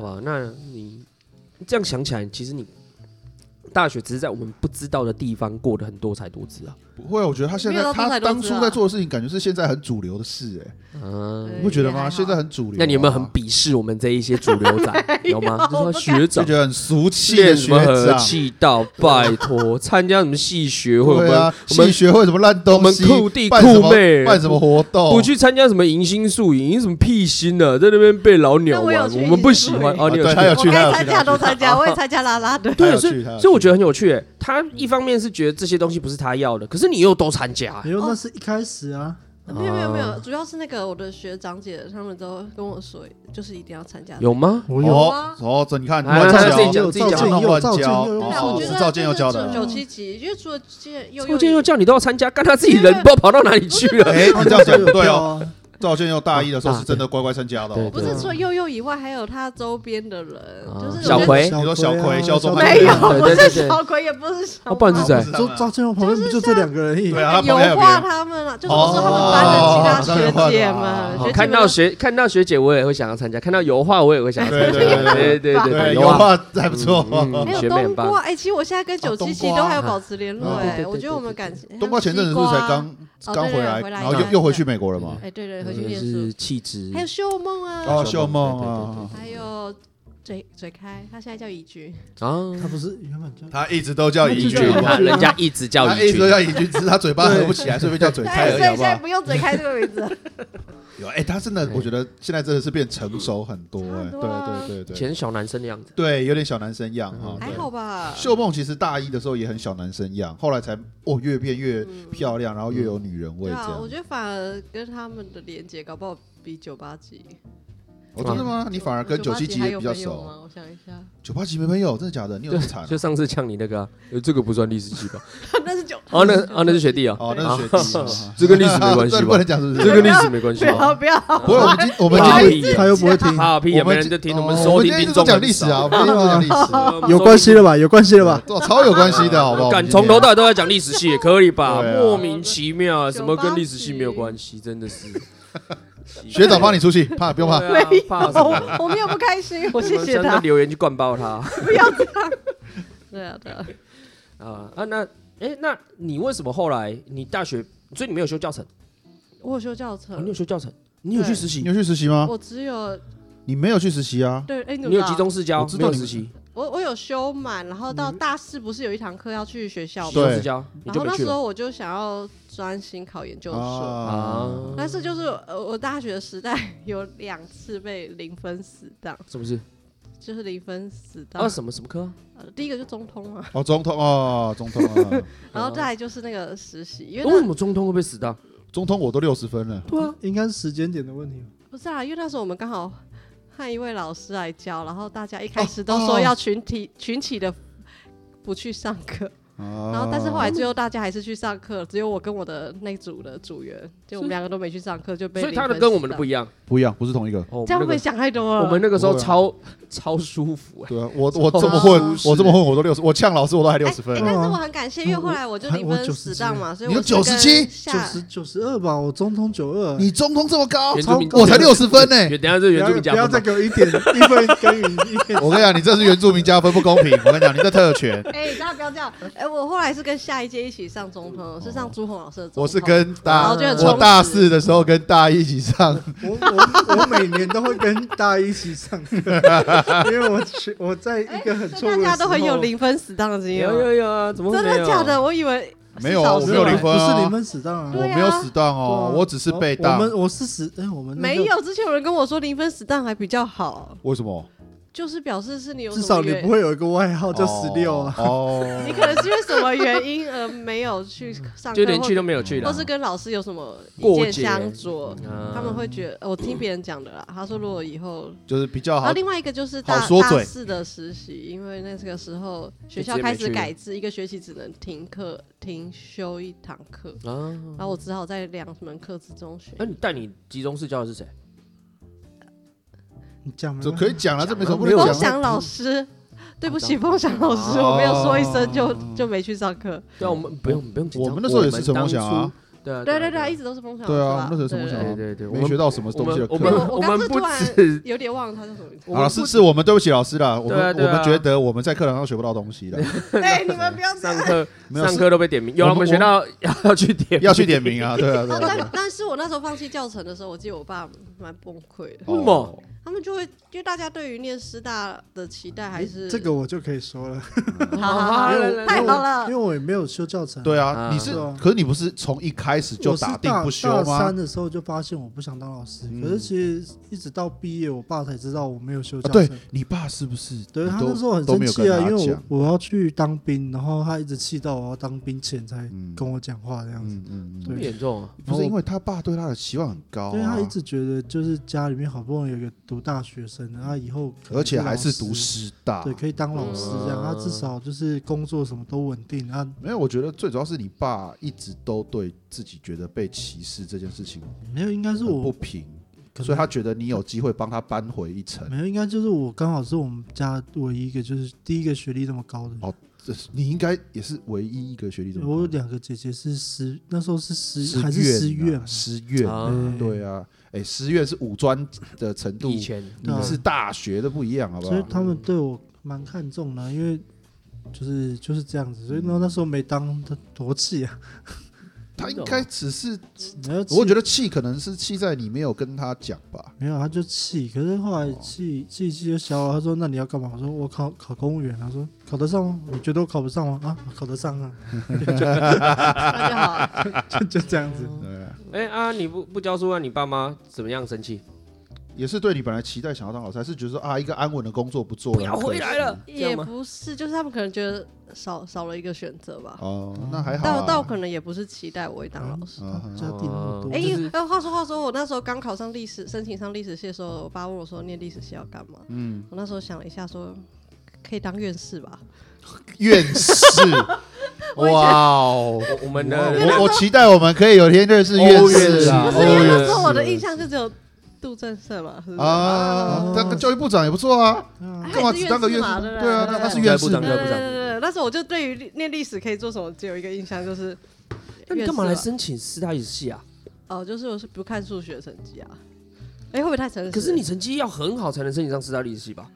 A: 哇，那你这样想起来，其实你大学只是在我们不知道的地方过得很多才多姿啊。
B: 不会，我觉得他现
C: 没
B: 在
C: 有到多
B: 他
C: 才多姿
B: 当
C: 啊
B: 初在做的事情，感觉是现在很主流的事，哎，
A: 嗯，
B: 你不觉得
C: 也还
B: 吗？
C: 好
B: 现在很主流啊，
A: 那你有没有很鄙视我们这一些主流
C: *laughs* 哎
A: 仔？有吗？就说学
B: 就 *laughs*
A: 长
B: 觉得很俗气
A: 练
B: 的
A: 什
B: 学
A: 么和
B: 长？
A: 气道，拜托，参加什么戏学会，我
B: 对
A: 们
B: 啊，
A: 我们
B: 系学会什么烂东西，
A: 我们酷弟
B: 办什么
A: 酷妹
B: 办什么活动，哦
A: 不去参加什么迎新宿营，你什么屁心呢、在那边被老鸟
C: 那我
A: 玩
C: 有，去
A: 我们不喜欢
C: 迎新宿营
A: 哦。你有去
B: 啊对他有
C: 我
B: 去
C: 该
B: 他有
C: 参
B: 去
C: 加都参加，我也参加啦啦队。
B: 他
A: 对，
B: 有
A: 所
B: 去
A: 以
B: 他有去
A: 所以我觉得很有趣欸耶。他一方面是觉得这些东西不是他要的，可是你又都参加欸
C: 哦
D: 没，有，那是一开始啊，
C: 没有没有没有，
A: 哦
C: 主要是那个我的学长姐他们都跟我说，就是一定要参加。
A: 有吗？
D: 我有
C: 啊
B: 哦哦，这你哦看
A: 来
B: 乱
A: 来哎来自己
B: 教
A: 讲，
D: 有
A: 自己
D: 赵
A: 讲
B: 弄
D: 健佑，
B: 乱
D: 赵健
B: 教
D: 佑
B: 哦
C: 那我觉
B: 是
C: 得
B: 赵健佑教的
C: 九七集，因为除了健佑，
A: 周建又叫你都要参加，干他自己人不知道跑到哪里去了。
B: *laughs* 哎，你这样讲不对哦。
D: 哦，
B: 赵健佑大一的时候是真的乖乖参加的哦，
C: 不是除了佑佑以外，还有他周边的人，
A: 啊
C: 就是
A: 小葵
B: 你说
D: 啊
B: 小葵肖宗
C: 没有，
A: 对
C: 不
A: 对
C: 是
A: 对对
C: 小葵，也不是小
A: 哦，不然是
C: 猫
A: 谁？
D: 赵赵健佑旁边不就这两个人而已？
B: 对啊，他
C: 油
B: 旁边还有别
C: 画
B: 人。
C: 他们啊，就是我说他们班的其他学姐
D: 哦
C: 们，学姐
A: 哦
C: 们
A: 看到学看到学姐，我也会想要参加；看到油画，我也会想要参加。
B: 对
A: 对
B: 对对
A: 对
B: 对，
A: 油
B: 油
A: 画
B: 画 *laughs* 还不错。
A: 嗯
C: 还有
A: 学妹很
C: 冬
A: 棒
C: 瓜，哎，其实我现在跟九七七
B: 啊冬瓜
C: 都还有保持联络，
A: 啊对对
C: 哎，
A: 对
C: 我觉得我们
A: 对对
C: 感情
B: 冬瓜前阵子是不是才，刚
C: 哦
B: 刚回
C: 对对
B: 来，
C: 回来
B: 然后又
C: 一下
B: 又回去美国了嘛？
C: 哎，对对，回去
A: 嗯
C: 念
A: 就是
C: 书，
A: 气质
C: 还有秀梦啊，
B: 哦，秀梦啊，
C: 还有嘴嘴开，他现在叫怡君，
B: 哦
A: 啊，
D: 他不是原本叫
B: 他一直都叫怡
D: 一
B: 君
D: 句
A: 对，
D: 好
A: 他
D: 吧
A: 人家一直叫
B: 他一
A: 一
B: 直
A: 句
B: 都，叫怡君，只是他嘴巴合不起来，所以被叫嘴开
C: 哎，
B: 而
C: 所
B: 已，
C: 以
B: 好
C: 现
B: 不
C: 在
B: 好？
C: 不用嘴开这个名字了，
B: *laughs* 有哎，他真的，我觉得现在真的是变成熟很多，哎，
C: 差很多啊
B: 对对对
A: 以
B: 对，
A: 前小男生的样子。
B: 对，有点小男生样哈。
C: 还
B: 对
C: 好吧？
B: 秀梦其实大一的时候也很小男生样，后来才哦越变越漂亮，然后越有女人味
C: 嗯对
B: 这
C: 啊，
B: 样
C: 我。觉得反而跟他们的连接，搞不好比九八级，
B: 哦，真的吗？你反而跟九七级也比较熟。
C: 我想一
B: *laughs*
C: 下，
B: 九八级没朋友，真的假的？你有这么惨啊？
A: 就上次呛你那个啊，呃这个不算历史系吧？
C: 那是九
A: *laughs* 哦，那
C: *laughs*
A: 哦，那是学弟啊。
B: 哦，那
A: 啊，
B: 是学弟啊
A: *laughs*
D: 嗯
A: 这跟历史没关
B: 这
A: 系
B: 不
A: 吧
B: 能？讲是不是？
A: 这跟历史没关系
C: 不
A: 吧
B: 哦
C: 要？不要，
B: 不会，我
A: *laughs*
B: 们今我们今
A: 大
B: 天
A: 一
D: 他又不会听，
A: 怕屁，也没人就啊听我们收听
B: 哦今
A: 听
B: 天都
A: 众
B: 讲历史啊，我们今天都讲历
A: *laughs*
B: 史，
A: 很少，
D: 有关系了吧？有关系了吧？
B: 哦，超有关系的，好不好？
A: 敢啊从头到尾都在讲历史
B: *laughs*
A: 系，也可以吧？
B: 对啊
A: 莫名其妙啊，什么跟历史系没有关系，真的是。
B: *laughs* 学长帮你
A: *laughs*
B: 出去，怕不用怕。
C: *laughs*
A: 对啊，怕什么？
C: 我我没有不开
A: *laughs*
C: 心，我谢
A: 我们
C: 谢
A: 现在
C: 他。
A: 留言去灌爆他
C: 对啊，对啊，
A: 啊啊！那哎，那你为什么后来你大学，所以你没有修教程，
C: 我有修教
A: 哦你有
C: 程，
A: 修教程，你有去
C: 对
A: 实习
B: 你，有去实习吗？
C: 我只有
B: 你没有去实习啊？
C: 对，哎，你
A: 你有
C: 知
A: 集
C: 道
A: 中试教
B: 我，知
A: 没
B: 道
A: 有
B: 你
A: 实习，
C: 我我有修满，然后到大四不是有一堂课要去学校
A: 集
B: 对
A: 中
C: 吗？
A: 试教你
C: 然
A: 就
C: 后
A: 没
C: 那
A: 去
C: 时
A: 了
C: 候我就想要专心考研究所。
B: 啊，
A: 啊？
C: 但是就是呃，我大学时代 *laughs* 有两次被零分死档，
A: 是不是？
C: 就是零分死档
A: 啊，。什么什么科啊？
C: 呃第一个就中通嘛，
B: 哦，总统哦，总统啊， *laughs*
C: 然
A: 哦
C: 后再来就是那个实习，因为
A: 为什
C: 那
A: 么中通会被死到？
B: 总统我都六十分了。
A: 对啊，
D: 应该是时间点的问题。
C: 不是啊，因为那时候我们刚好和一位老师来教，然后大家
A: 哦
C: 一开始都说要群体群起的不去上课， *laughs* 然
B: 然
C: 后但是后
D: 哦
C: 来最后大家还是去上课，只有我跟我的那组的组员，就我们两个都没去上课，就被
A: 所以他
C: 零
A: 的
C: 分
A: 跟我们的
C: 死
A: 不一样。
B: 不一样，不是同一个。
A: 哦，我
C: 这
A: 们那
C: 样会不
A: 个
C: 会想太多了？哎
A: 我们那个时候
B: 不会啊
A: 超超舒服哎。
B: 对啊，我我这么
C: *laughs*
B: 混，我这么混，我都六十，我呛老师我都还六十分
C: 哎、哎。但是我很感谢，因为后来我就
D: 哦我
C: 零
D: 我
C: 分
D: 97
C: 死档嘛，所以
B: 你
C: 我
B: 有97
C: 下
D: 九十九十二吧，我中通九二。
B: 你中通这么高，
A: 原住民，
B: 我才六十分呢。
A: 原等一下这
D: 不
A: 原
D: 要
A: 住民加
D: 不
A: 分
D: 要
A: 吧
D: 再给我一
B: *laughs*
D: 点一分耕耘一点。
B: 我跟你讲，你这是原住民加分不公平。我跟你讲，你这特
A: *laughs*
B: 权。
C: 哎、大家不要这样。哎、我后来是跟下一届一起上
D: 哦
C: 中通，是上朱红老师的中通。
B: 我是跟
C: 然
B: 大
C: 后就很充实
B: 我大四的时候跟大一起
D: *laughs*
B: 上，
D: 我我我每年都会跟大家一起上
B: *laughs*
D: 课，因为我去我在一个很错
B: 哎
C: 大
D: 误的
C: 家都很有
D: 灵，
C: 零分死档的经验
A: 有
C: 吗。
A: 有有啊，怎么会
C: 真
A: 没
C: 的
A: 有
C: 假？的？我以为
B: 没有啊
C: 是老
B: 我
C: 师
B: 没有
C: 吧
B: 零分啊
D: 不是零分死当啊。
B: 我
C: 对啊
B: 没有死当哦，
D: 对啊
B: 我只是被当
D: 我。们我是死，哎，我们那个
C: 没有。之前有人跟我说零分死档还比较好，
B: 为什么？
C: 就是表示是你有
D: 至少你不
C: 会，
D: 会有一个外号叫十六啊。
B: 哦，
C: 你可能是因为什么原因而没有去上课，
A: 就连去都没有去
C: 或
A: 了
C: 或。是跟老师有什么意
A: 啊过节
C: 见相左，
A: 啊
C: 他们会觉得，我听别人讲的啦，他说如果以后
B: 就是比较
C: 然
B: 哦
C: 后
D: 啊
B: 好。
C: 另外一个就是
B: 好
C: 大
B: 说
C: 大
B: 嘴
C: 四的实习，因为那个时候学
A: 就
C: 校
A: 直接
C: 开
A: 没
C: 始
A: 去
C: 改制，一个学期只能停课停休一堂课，
A: 啊，
C: 然后我只好在两门课之中选
A: 那。你带你集中试教的是谁？
D: 你讲没
B: 这
D: 关系
B: 可以讲了，这没什么不
A: 没有
B: 能
C: 风
B: 讲的。
C: 翔老师，对不
A: 这
C: 起，
A: 样
C: 风翔老师，
B: 哦
C: 我没有说一声就就没去上课。
A: 对啊，我们不用不用紧张。
B: 我们那时候也是陈梦
A: 当
B: 想啊
A: 初，，对啊
C: 对对对，
A: 对
C: 一直都是风翔老
B: 对
C: 师
B: 啊，
C: 吧。
B: 我们那时候什么想
C: 对对
A: 对对
B: 啊
A: 对，我
B: 没学
A: 们
B: 到什么东西的
A: 我们
B: 课。
C: 我
A: 我
C: 我刚
A: 们
C: 是
A: 不
C: 突然
A: 止
C: 有点忘了他叫什么名字。
A: 我
B: *laughs* 好了，
A: 们
B: 是
A: 不
B: 是我们对不起老师了，我
A: 对啊
B: 们
A: 对
B: 我
A: 啊
B: 们觉得我们在课堂上学不到
A: *laughs*
B: 东西的，
C: 哎，你们不要这样
A: 上课
B: *laughs* 没有
A: 上
B: 是
A: 课都被点名，有啊
B: 我
A: 我
B: 们
A: 们学到要去点
B: 要去点名啊，对啊，对
C: 哦
B: 啊对
C: 但
B: 啊。
C: 但是我那时候放弃教程的时候，我记得我爸蛮崩溃的。
A: *laughs* 为什么
B: 哦？
C: 他他们就会，因为大家对于念师大的期待还是
D: 这个，我就可以说了，
C: 好好好，
D: 因为我
C: 太好了
D: 因为我也没有修教程，
B: 对
A: 啊
B: 啊，你是
D: 嗯对啊，
B: 可是你不是从一开始就
D: 我是
B: 打
D: 大
B: 定不休
D: 大
B: 吗啊
D: 三？的时候就发现我不想当老师，
B: 嗯
D: 可是其实一直到毕业，我爸才知道我没有修
B: 啊，
D: 教
B: 对
D: 程。
B: 你爸是不是？
D: 对
B: 你
D: 他
B: 都
D: 那时候很
B: 都
D: 生
B: 没有
D: 气
B: 跟
D: 啊，因
B: 他
D: 为
B: 讲
D: 我我要去当兵，然后他一直气到我要当兵前才
B: 嗯
D: 跟我讲话这样子。
B: 嗯嗯
A: 这么
B: 嗯，
A: 严重啊？
B: 不是因为他爸对他的期望很高
D: 因为他
B: 啊
D: 一，直觉得，就是家里面好不容易有一个读大学生的，他以后可能
B: 而且还是读
D: 老
B: 师啊大
D: 对，。可以当老师这样，
A: 嗯
D: 他至少就是工作什么都稳定。他
B: 没有，我觉得最主要是你爸一直都对自己觉得被歧视这件事情
D: 没有，应该是
B: 很不
D: 我，
B: 平，
D: 可能
B: 所以他觉得你有机会帮他扳回一城。
D: 没有，应该就是我刚好是我们家唯一一个就是第一个学历那么高的人。
B: 哦这是你应该也是唯一一个学历怎么
D: 我有
B: 办？
D: 两个姐姐是师，那时候是师
B: 师
D: 还是哦师院
B: 院啊，师院啊，
A: 啊
D: 对
B: 对啊，哎，师院是武专的程度
A: 以，前
D: 对啊
B: 你是大学的不一样，好不
D: 所以
B: 好？
D: 他们对我蛮看重的，因为就是就是这样子，所以
E: 嗯
D: 那那时候没当他多
E: *laughs*
D: 气啊，
B: 他应该只是，
D: 然后
B: 我觉
D: 得
B: 得气可能是气在你没有跟他讲吧。
D: 没有，他就气，可是后来
E: 哦
D: 气气气就消了。他说：“那你要干嘛？”我说：“我考考公务员。”他说：“考得上吗？你觉得我考不上吗？”啊，考得上啊， *laughs*
C: 那就好了。
D: 就就这样子。
E: 哦
B: 对啊，
A: 哎啊，你不不教书，那你爸妈怎么样生气？
B: 也是对你本来期待想要当老师，还是觉得说啊，一个安稳的工作不做了，
A: 不要
B: 很可惜
A: 回来了，这
C: 也
A: 样吗？
C: 不是，就是他们可能觉得少少了一个选择吧。
B: 哦，那还好
C: 但
B: 啊。
C: 但我可能也不是期待我会当老师。
B: 嗯
D: 家底那
E: 哦
D: 么多，
A: 嗯
C: 哎、
A: 就是
C: 哎话说话说，我那时候刚考上历史，申请上历史系的时候，我爸问我说念历史系要干嘛？
B: 嗯，
C: 我那时候想了一下说。可以当院士吧？
B: 院士，哇哦！
A: 我我们
B: 我
A: 的
B: 我我期待我们可以有一天认识院士啊
A: 欧
C: 不
A: 元
C: *laughs* 是
A: 士
C: 因为
A: 欧
C: 那
A: 元
C: 时候我的
D: 士
C: 印象就只有杜正胜嘛，是不是
B: 啊，当个教育部长也不错啊，
A: 嗯
D: 啊
B: 干嘛只当个院
C: 哎院
B: 士？
C: 嘛？对不
B: 对啊，那那是
A: 教育
B: 院
A: 部
B: 士
A: 长
C: 对
A: 对
C: 对
A: 不
C: 对
A: 对
C: 对对，那时候我就对于念历史可以做什么，只有一个印象就是，
A: 那你干嘛
C: 院
A: 来
C: 士吧啊
A: 申请师大历史系啊？
C: 哦，就是我是不看数学成绩啊。哎，会不会太诚实？
A: 可是你成绩要很好才能申请上师大历史系吧？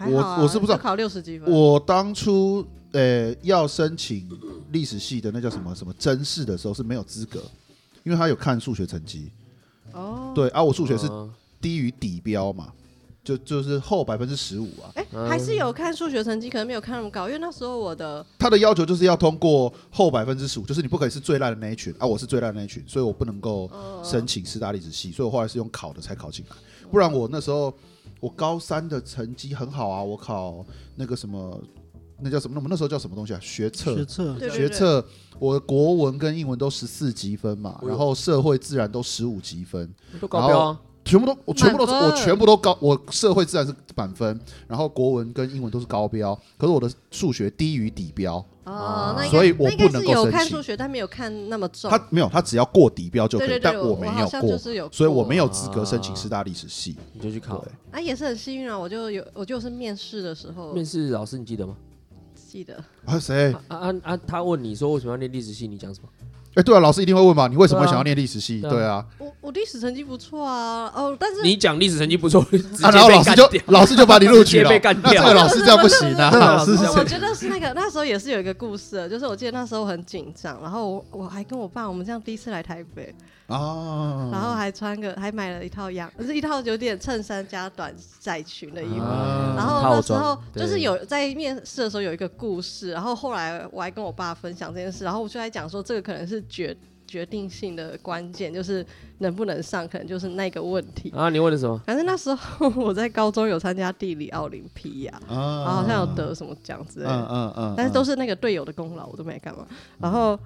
C: 还好啊
B: 我我是不知道
C: 就考六十几分。
B: 我当初呃要申请历史系的那叫什么什么真试的时候是没有资格，因为他有看数学成绩。
C: 哦，
B: 对啊，我数学是
A: 啊
B: 低于底标嘛，就就是后百分之十五啊。
C: 哎，还是有看数学成绩，可能没有看那么高，因为那时候我的
B: 他的要求就是要通过后百分之十五，就是你不可以是最烂的那一群啊，我是最烂的那一群，所以我不能够
C: 呃
B: 申请师大历史系，所以我后来是用考的才考进来，不然我那时候我高三的成绩很好啊，我考那个什么，那叫什么？那我们那时候叫什么东西啊？学测。
D: 学测
C: 对
B: 学测，我的国文跟英文都十四积分嘛，然后社会自然都十五积分，
A: 都高标啊，
B: 全部都我全部都
C: 满分
B: 我全部都高，我社会自然是满分，然后国文跟英文都是高标，可是我的数学低于底标，
C: 哦，那应该
B: 所以我
C: 那应该
B: 不能
C: 是
B: 够
C: 有
B: 申
C: 看
B: 请
C: 数学，但没有看那么重。
B: 他没有，他只要过底标就可
C: 对
B: 以，
C: 对对，
B: 但
C: 我
B: 没
C: 好
B: 有
C: 像
B: 过，
C: 就是有，
B: 所以我没有资格申请师大历史系。
A: 你就去考。
B: 对，
C: 啊，也是很幸运啊，我就有我就是面试的时候
A: 面试老师你记得吗？
C: 记得，
B: 啊谁？
A: 嗯啊啊啊！他问你说为什么要念历史系，你讲什么？
B: 哎，对啊，老师一定会问嘛，你为什么会
A: 对啊
B: 想要念历史系？
A: 对啊
B: 对啊，
C: 我我历史成绩不错啊，哦，但是
A: 你讲历史成绩不错，直接
B: 啊，然后
A: 被
B: 老师
A: 干
B: 就
A: 掉
B: 老师就把你录
A: 直
B: 取
A: 接
B: 了
A: 被，干
B: 那这个
A: 掉。
B: 老师这样不行啊。
D: 那
B: *laughs*
D: 老师是
C: 我
D: 谁？
C: 觉得是那个那时候也是有一个故事的，就是我记得那时候很紧张，然后我我还跟我爸，我们这样第一次来台北，
B: 啊，
A: 嗯
C: 然后还穿个还买了一套洋，是一套有点衬衫加短窄裙的衣服。
A: 啊
C: 然后那时
A: 套
C: 候
A: 装对
C: 就是有在面试的时候有一个故事，然后后来我还跟我爸分享这件事，然后我就在讲说这个可能是决决定性的关键，就是能不能上，可能就是那个问题。
A: 啊，你问的什么？
C: 反正那时候 *laughs* 我在高中有参加地理奥林匹亚，
B: 啊
C: 然后好像有得什么奖之类的
B: 嗯，
A: 啊
B: 嗯嗯，
C: 但是都
B: 是
C: 是那个队友的功劳，我都没干嘛。然后，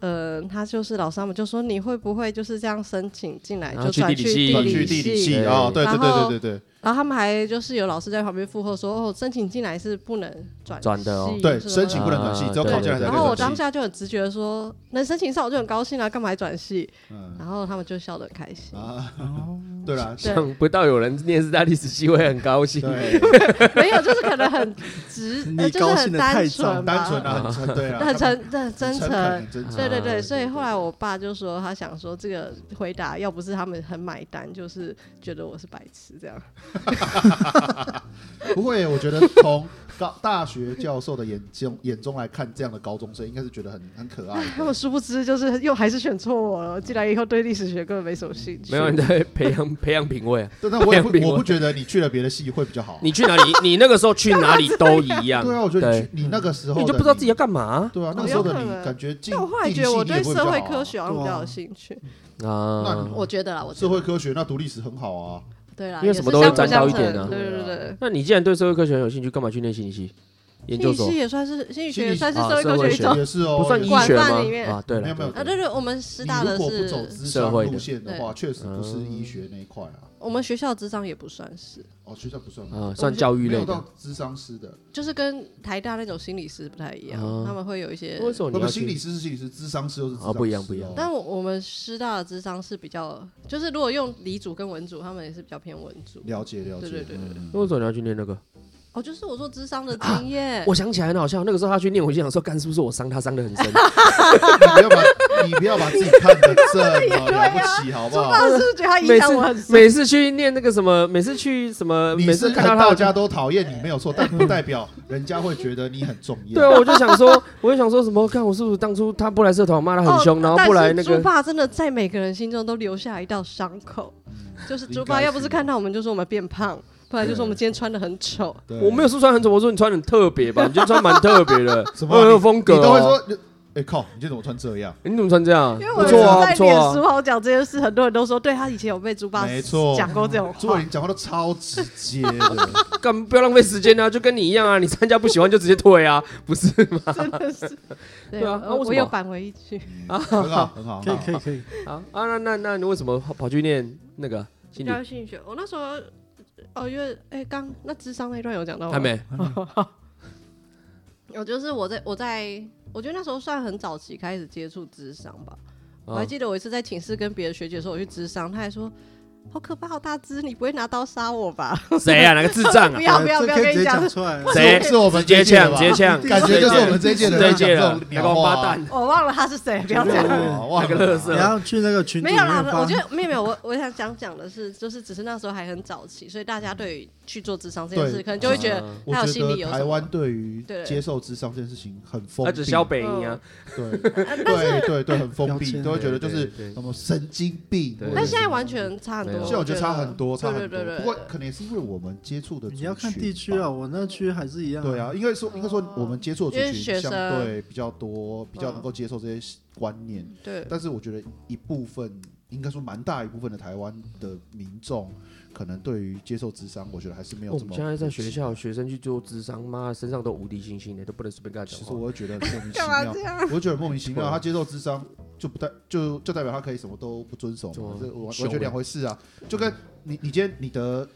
C: 呃，他就是老师他们就说你会不会就是这样申请进来
A: 然后
C: 就
A: 去
C: 转
A: 地理
C: 去
A: 系
C: 地
B: 转
A: 转
B: 去
C: 系？
B: 地理
A: 系
B: 系哦，对对
C: 然
B: 对
C: 后
B: 对对
C: 然后他们还就是有老师在旁边附和说哦，申请进来是不能转
A: 转的哦
C: 系
B: 对对，
C: 什么
B: 申请不能转系，
A: 啊
B: 只要靠近来才
C: 然
B: 可
C: 后我
B: 以
C: 当
B: 转系。
C: 下就很直觉的说，能申请上我就很高兴啊，干嘛还转系？
B: 嗯
C: 然后他们就笑得很开心。
B: 啊， *laughs*
D: 哦
B: 对啦，
C: 对
A: 想不到有人念师大历史系会很高兴。
B: 对，
C: 没有，就是可能很
B: *laughs*
C: 直，
D: 你
C: 呃就是
D: 高兴
C: 很
D: 得
C: 单
D: 太
C: 纯吧，
D: 早
B: 单纯啊，
E: *laughs*
B: 很纯对啊，
C: 很诚，很真
B: 诚
C: 诚
B: 恳，。很真诚
C: 对对
A: 啊
C: 对，所以后来我爸就说，他想说这个回答，要不是他们很买单，就是觉得我是白痴这样。
B: 不会，我觉得从高大学教授的眼中眼中来看这样的高中生，应该是觉得很很可爱
E: 他们
B: 的。
E: 殊不知就是又还是选错我了，进来以后对历史学根本没什么兴趣。
A: 没有你在培养培养品味啊。
B: 但但我也不
A: 不要逼我
B: 我不觉得你去了别的系会比较好啊。
A: *laughs* 你去哪里， *laughs* 你那个时候去哪里都一样。
B: 对啊，我觉得你
A: 对
B: 去你那个时候
A: 你就
B: 的
A: 不知道自己要干嘛
B: 对啊，
E: 哦
B: 那个时候的
E: 有可
B: 你
E: 能
B: 感觉进
E: 但我后来
B: 地
E: 觉
B: 理
E: 得我
B: 系也
E: 对
B: 会比
E: 社
B: 较
E: 会
B: 好啊
E: 科学好像比
D: 对啊
E: 较有兴趣。
B: 那
A: 啊
B: 你？
C: 我觉得啦，我觉
B: 社
C: 得
B: 会科学，那读历史很好
E: *laughs*
B: 啊。
C: 对啦，
A: 因为
C: 也
A: 什
C: 是
A: 么都会
C: 相辅
A: 沾到
C: 相
A: 一点
C: 成
A: 啊
C: 对对对。
A: 那你既然对社会科学很有兴趣，干嘛去念心理系研
C: 心
A: 究
C: 理
A: 所
C: 系？也算是心理学，
B: 心理
C: 也算是
A: 啊
C: 社会
A: 社
C: 科
A: 会
C: 学一
A: 学
C: 种
B: 也是哦，
A: 不算医
B: 也是
A: 学
C: 管饭里
A: 吗？
C: 面
A: 啊，对
B: 没
A: 了，
B: 有没有
A: 对
C: 啊，
A: 了
C: 对对，我们师
B: 你
C: 大
B: 如
C: 的
B: 果不走
C: 是，
B: 智
A: 社
B: 商
A: 会的嗯
B: 路线的
C: 对
B: 话，确实不是医学那一块啊。
C: 我们学校智商也不算是，
B: 哦，学校不算吗？
A: 啊，算教育类
B: 没有
A: 的
B: 到。智商师的，
C: 就是跟台大那种心理师不太一样，
A: 哦
C: 他们会有一些。
A: 为什么哦
B: 不
A: 你
B: 不，
A: 要
B: 心理
A: 去？
B: 师是心理师，智商师又是智商
A: 哦不一样
B: 师
A: 不一样
B: 哦
C: 但我我们师大的智商是比较，就是如果用理组跟文组，他们也是比较偏文组。
A: 嗯
B: 了解了解，
C: 对对对对
B: 嗯
A: 为什么你要去念那个？
C: 哦，就是我说智商的经验，
A: 啊我想起来很好笑，那个时候他去念，我就想说，干是不是我伤他伤
E: *laughs*
A: 的很深？
B: 你不要把你不要把自己看得这
C: *laughs*
B: 么了不起，好不好？
E: 是不是觉得他影
A: 每
E: 响我很
A: 次
E: 深？
A: 每次去念那个什么，每次去什么，
B: 你
A: 每
B: 是
A: 次看
B: 看
A: 到他
B: 大
A: 我就
B: 家都讨厌你没有错，但不代表人家会觉得你很重要。
A: 对啊，我就想说， *laughs* 我就想说什么？看我是不是当初他布莱社团我骂他很凶，
C: 哦
A: 然后
C: 但
A: 布
C: 是
A: 莱那个
C: 猪爸真的在每个人心中都留下一道伤口，
A: 嗯
C: 就是猪爸要不是看到我们，就说我们变胖，不然就说我们今天穿的很丑。
B: 对，
A: 我没有说穿很丑，我说你穿得很特别吧，你 *laughs* 今天穿蛮特别的，
B: 什么啊
A: 很有风格、
B: 你
A: 哦。
B: 都会说，哎靠，你今天怎么穿这样？
A: 你怎么穿这样？
E: 因为
A: 不
E: 我
A: 错啊，
E: 在
A: 不错
E: 脸
A: 啊
E: 书。好讲这件事，很多人都说，对他以前有被猪爸
B: 没错
E: 讲过这种
B: 朱伟
E: 话。
B: 林讲话都超直
A: *laughs*
B: 接的，
A: 干不要浪费时间啊，就跟你一样啊，你参加不喜欢就直接退啊， *laughs* 不是吗？
C: 对
A: 对啊那
C: 我
A: 为什
C: 我有
A: 么
C: 扳回一局。
B: 很好很好，
D: 可以可
B: 以。
D: 以可以，
A: 啊啊，那那那你为什么跑跑去念那个心理？
C: 教育心理学，我那时候哦，因为哎，刚那智商那一段有讲到吗
A: 还。没
C: 我就是我在我在，我觉得那时候算很早期开始接触智商吧。我
A: 啊
C: 还？记得我一次在寝室跟别的学姐说我去智商，她还说。好可怕，好大只！你不会拿刀杀我吧？ *laughs*
A: 谁啊？哪个智障
E: 不
A: 啊？
E: 要不要不
D: 这
E: 要
D: 可
E: 跟
D: 以
E: 你
D: 直接
E: 讲
D: 讲，出来。
A: 谁
B: 是是我们
A: 直接
B: 这一届的
A: 呛，
B: 吧
A: 直接呛，
B: 感觉就是我们这一届的
A: 这
B: 人
A: 一
B: 讲
A: 届
B: 这
A: 了
B: 种，
A: 那
B: 鸟
A: 个
B: 话
A: 王
B: 啊
A: 八蛋，
E: 我忘了他是谁，不要
B: 对
E: 讲。
B: 啊哇，
A: 那个垃圾
D: 你要去那个群
C: 没
D: 里
C: 有
D: 面
C: 啦，
D: 发
C: 我觉得没有没有，我我想想讲的是，就是只是那时候还很早期，所以大家对于去做智商这件
B: 对
C: 事，可能就会觉得
A: 啊
B: 我
C: 还有
B: 觉
C: 心理有
B: 得
C: 什
B: 台
C: 么
B: 湾对于
C: 对
B: 接受智商这件事情很封
A: 他
B: 闭，
A: 只是小北音啊。
B: 对对对对，很封闭，
D: 标签
B: 都会觉得就
A: 对
B: 是
A: 对对
B: 什么神经病。
A: 对
B: 或者
C: 但现在完全差很
A: 没有
C: 多，
B: 现在我觉得差很多，差
C: 对
B: 很
C: 对
B: 多
C: 对。
B: 不
C: 对
B: 过
C: 对，
B: 可能也是因为我们接触的族群
D: 你要看地区啊，
B: 吧。
D: 我那区还是一样。
B: 对，啊，应该说应该说我们接触的
C: 因为
B: 族群
C: 学
B: 相
C: 生
B: 对比较多，比较能够接受这些观念。
C: 对
B: 但是我觉得一部分，应该说蛮大一部分的台湾的民众，可能对于接受智商，我觉得还是没有
A: 我
B: 这
A: 们
B: 么。
A: 现在在学，校，学生去做智商，妈身上都无敌星星的，都不能随便跟他
B: 其
A: 讲
B: 实
A: 话。
B: 我会觉得很莫名
E: *laughs*
B: 其
E: 干嘛
B: 妙
E: 这。
B: *laughs*
E: 样？
B: 我就觉得莫名其
A: 对
B: 妙，
A: 啊
B: 他接受智商就不代就就代表他可以什么都不遵守
A: 对
B: 嘛
A: 啊，
B: 这完完
A: 凶
B: 全两回事啊！就跟你你今天你得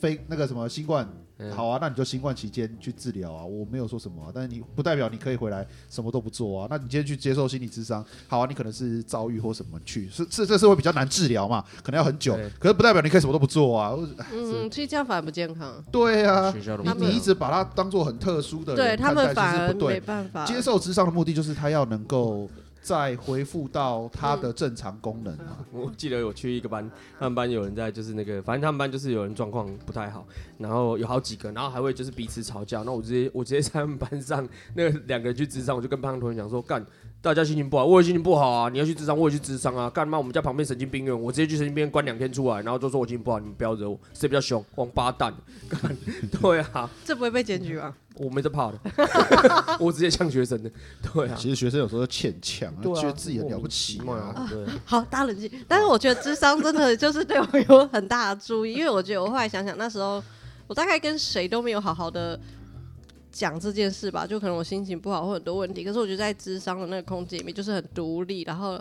B: 非那个什么新冠，
A: 嗯
B: 好啊，那你就新冠期间去治疗啊，我没有说什么啊，但是你不代表你可以回来什么都不做啊。那你今天去接受心理智商，好啊，你可能是遭遇或什么去，是这这是会比较难治疗嘛，可能要很久
A: 对，
B: 可是不代表你可以什么都不做啊。我
C: 嗯，其实这样反而不健康，
B: 对啊，
A: 学校的
B: 你
C: 他
A: 问题
C: 们
A: 啊
B: 你一直把它当做很特殊的人
C: 对他
B: 看
C: 们
B: 待
C: 反
B: 其实
C: 而
B: 不对
C: 没办法
B: 接受智商的目的就是他要能够再恢复到他的正常功能啊。
A: 我记得有去一个班，他们班有人在就是那个，反正他们班就是有人状况不太好，然后有好几个，然后还会就是彼此吵架。那我直接我直接在他们班上那两个人去智商，我就跟班上同学讲说，干，大家心情不好，我也心情不好啊，你要去智商，我也去智商啊，干嘛？我们家旁边神经病院，我直接去神经病院关两天出来，然后就说我心情不好，你们不要惹我，谁比较凶？王八蛋，干，对啊，
C: 这不会被检举吗？
B: 嗯
A: 我没在怕的，啊我直接呛学生的，对啊，
B: 哎其实学生有时候欠呛，
A: 对啊
B: 觉得自己很了不起
A: 莫名其
B: 啊。
A: 妙，对啊。
C: 好，大家冷静。但是我觉得智商真的就是对我有很大的注意，因为我觉得我后来想想，那时候我大概跟谁都没有好好的讲这件事吧，就可能我心情不好或很多问题。可是我觉得在智商的那个空间里面，就是很独立，然后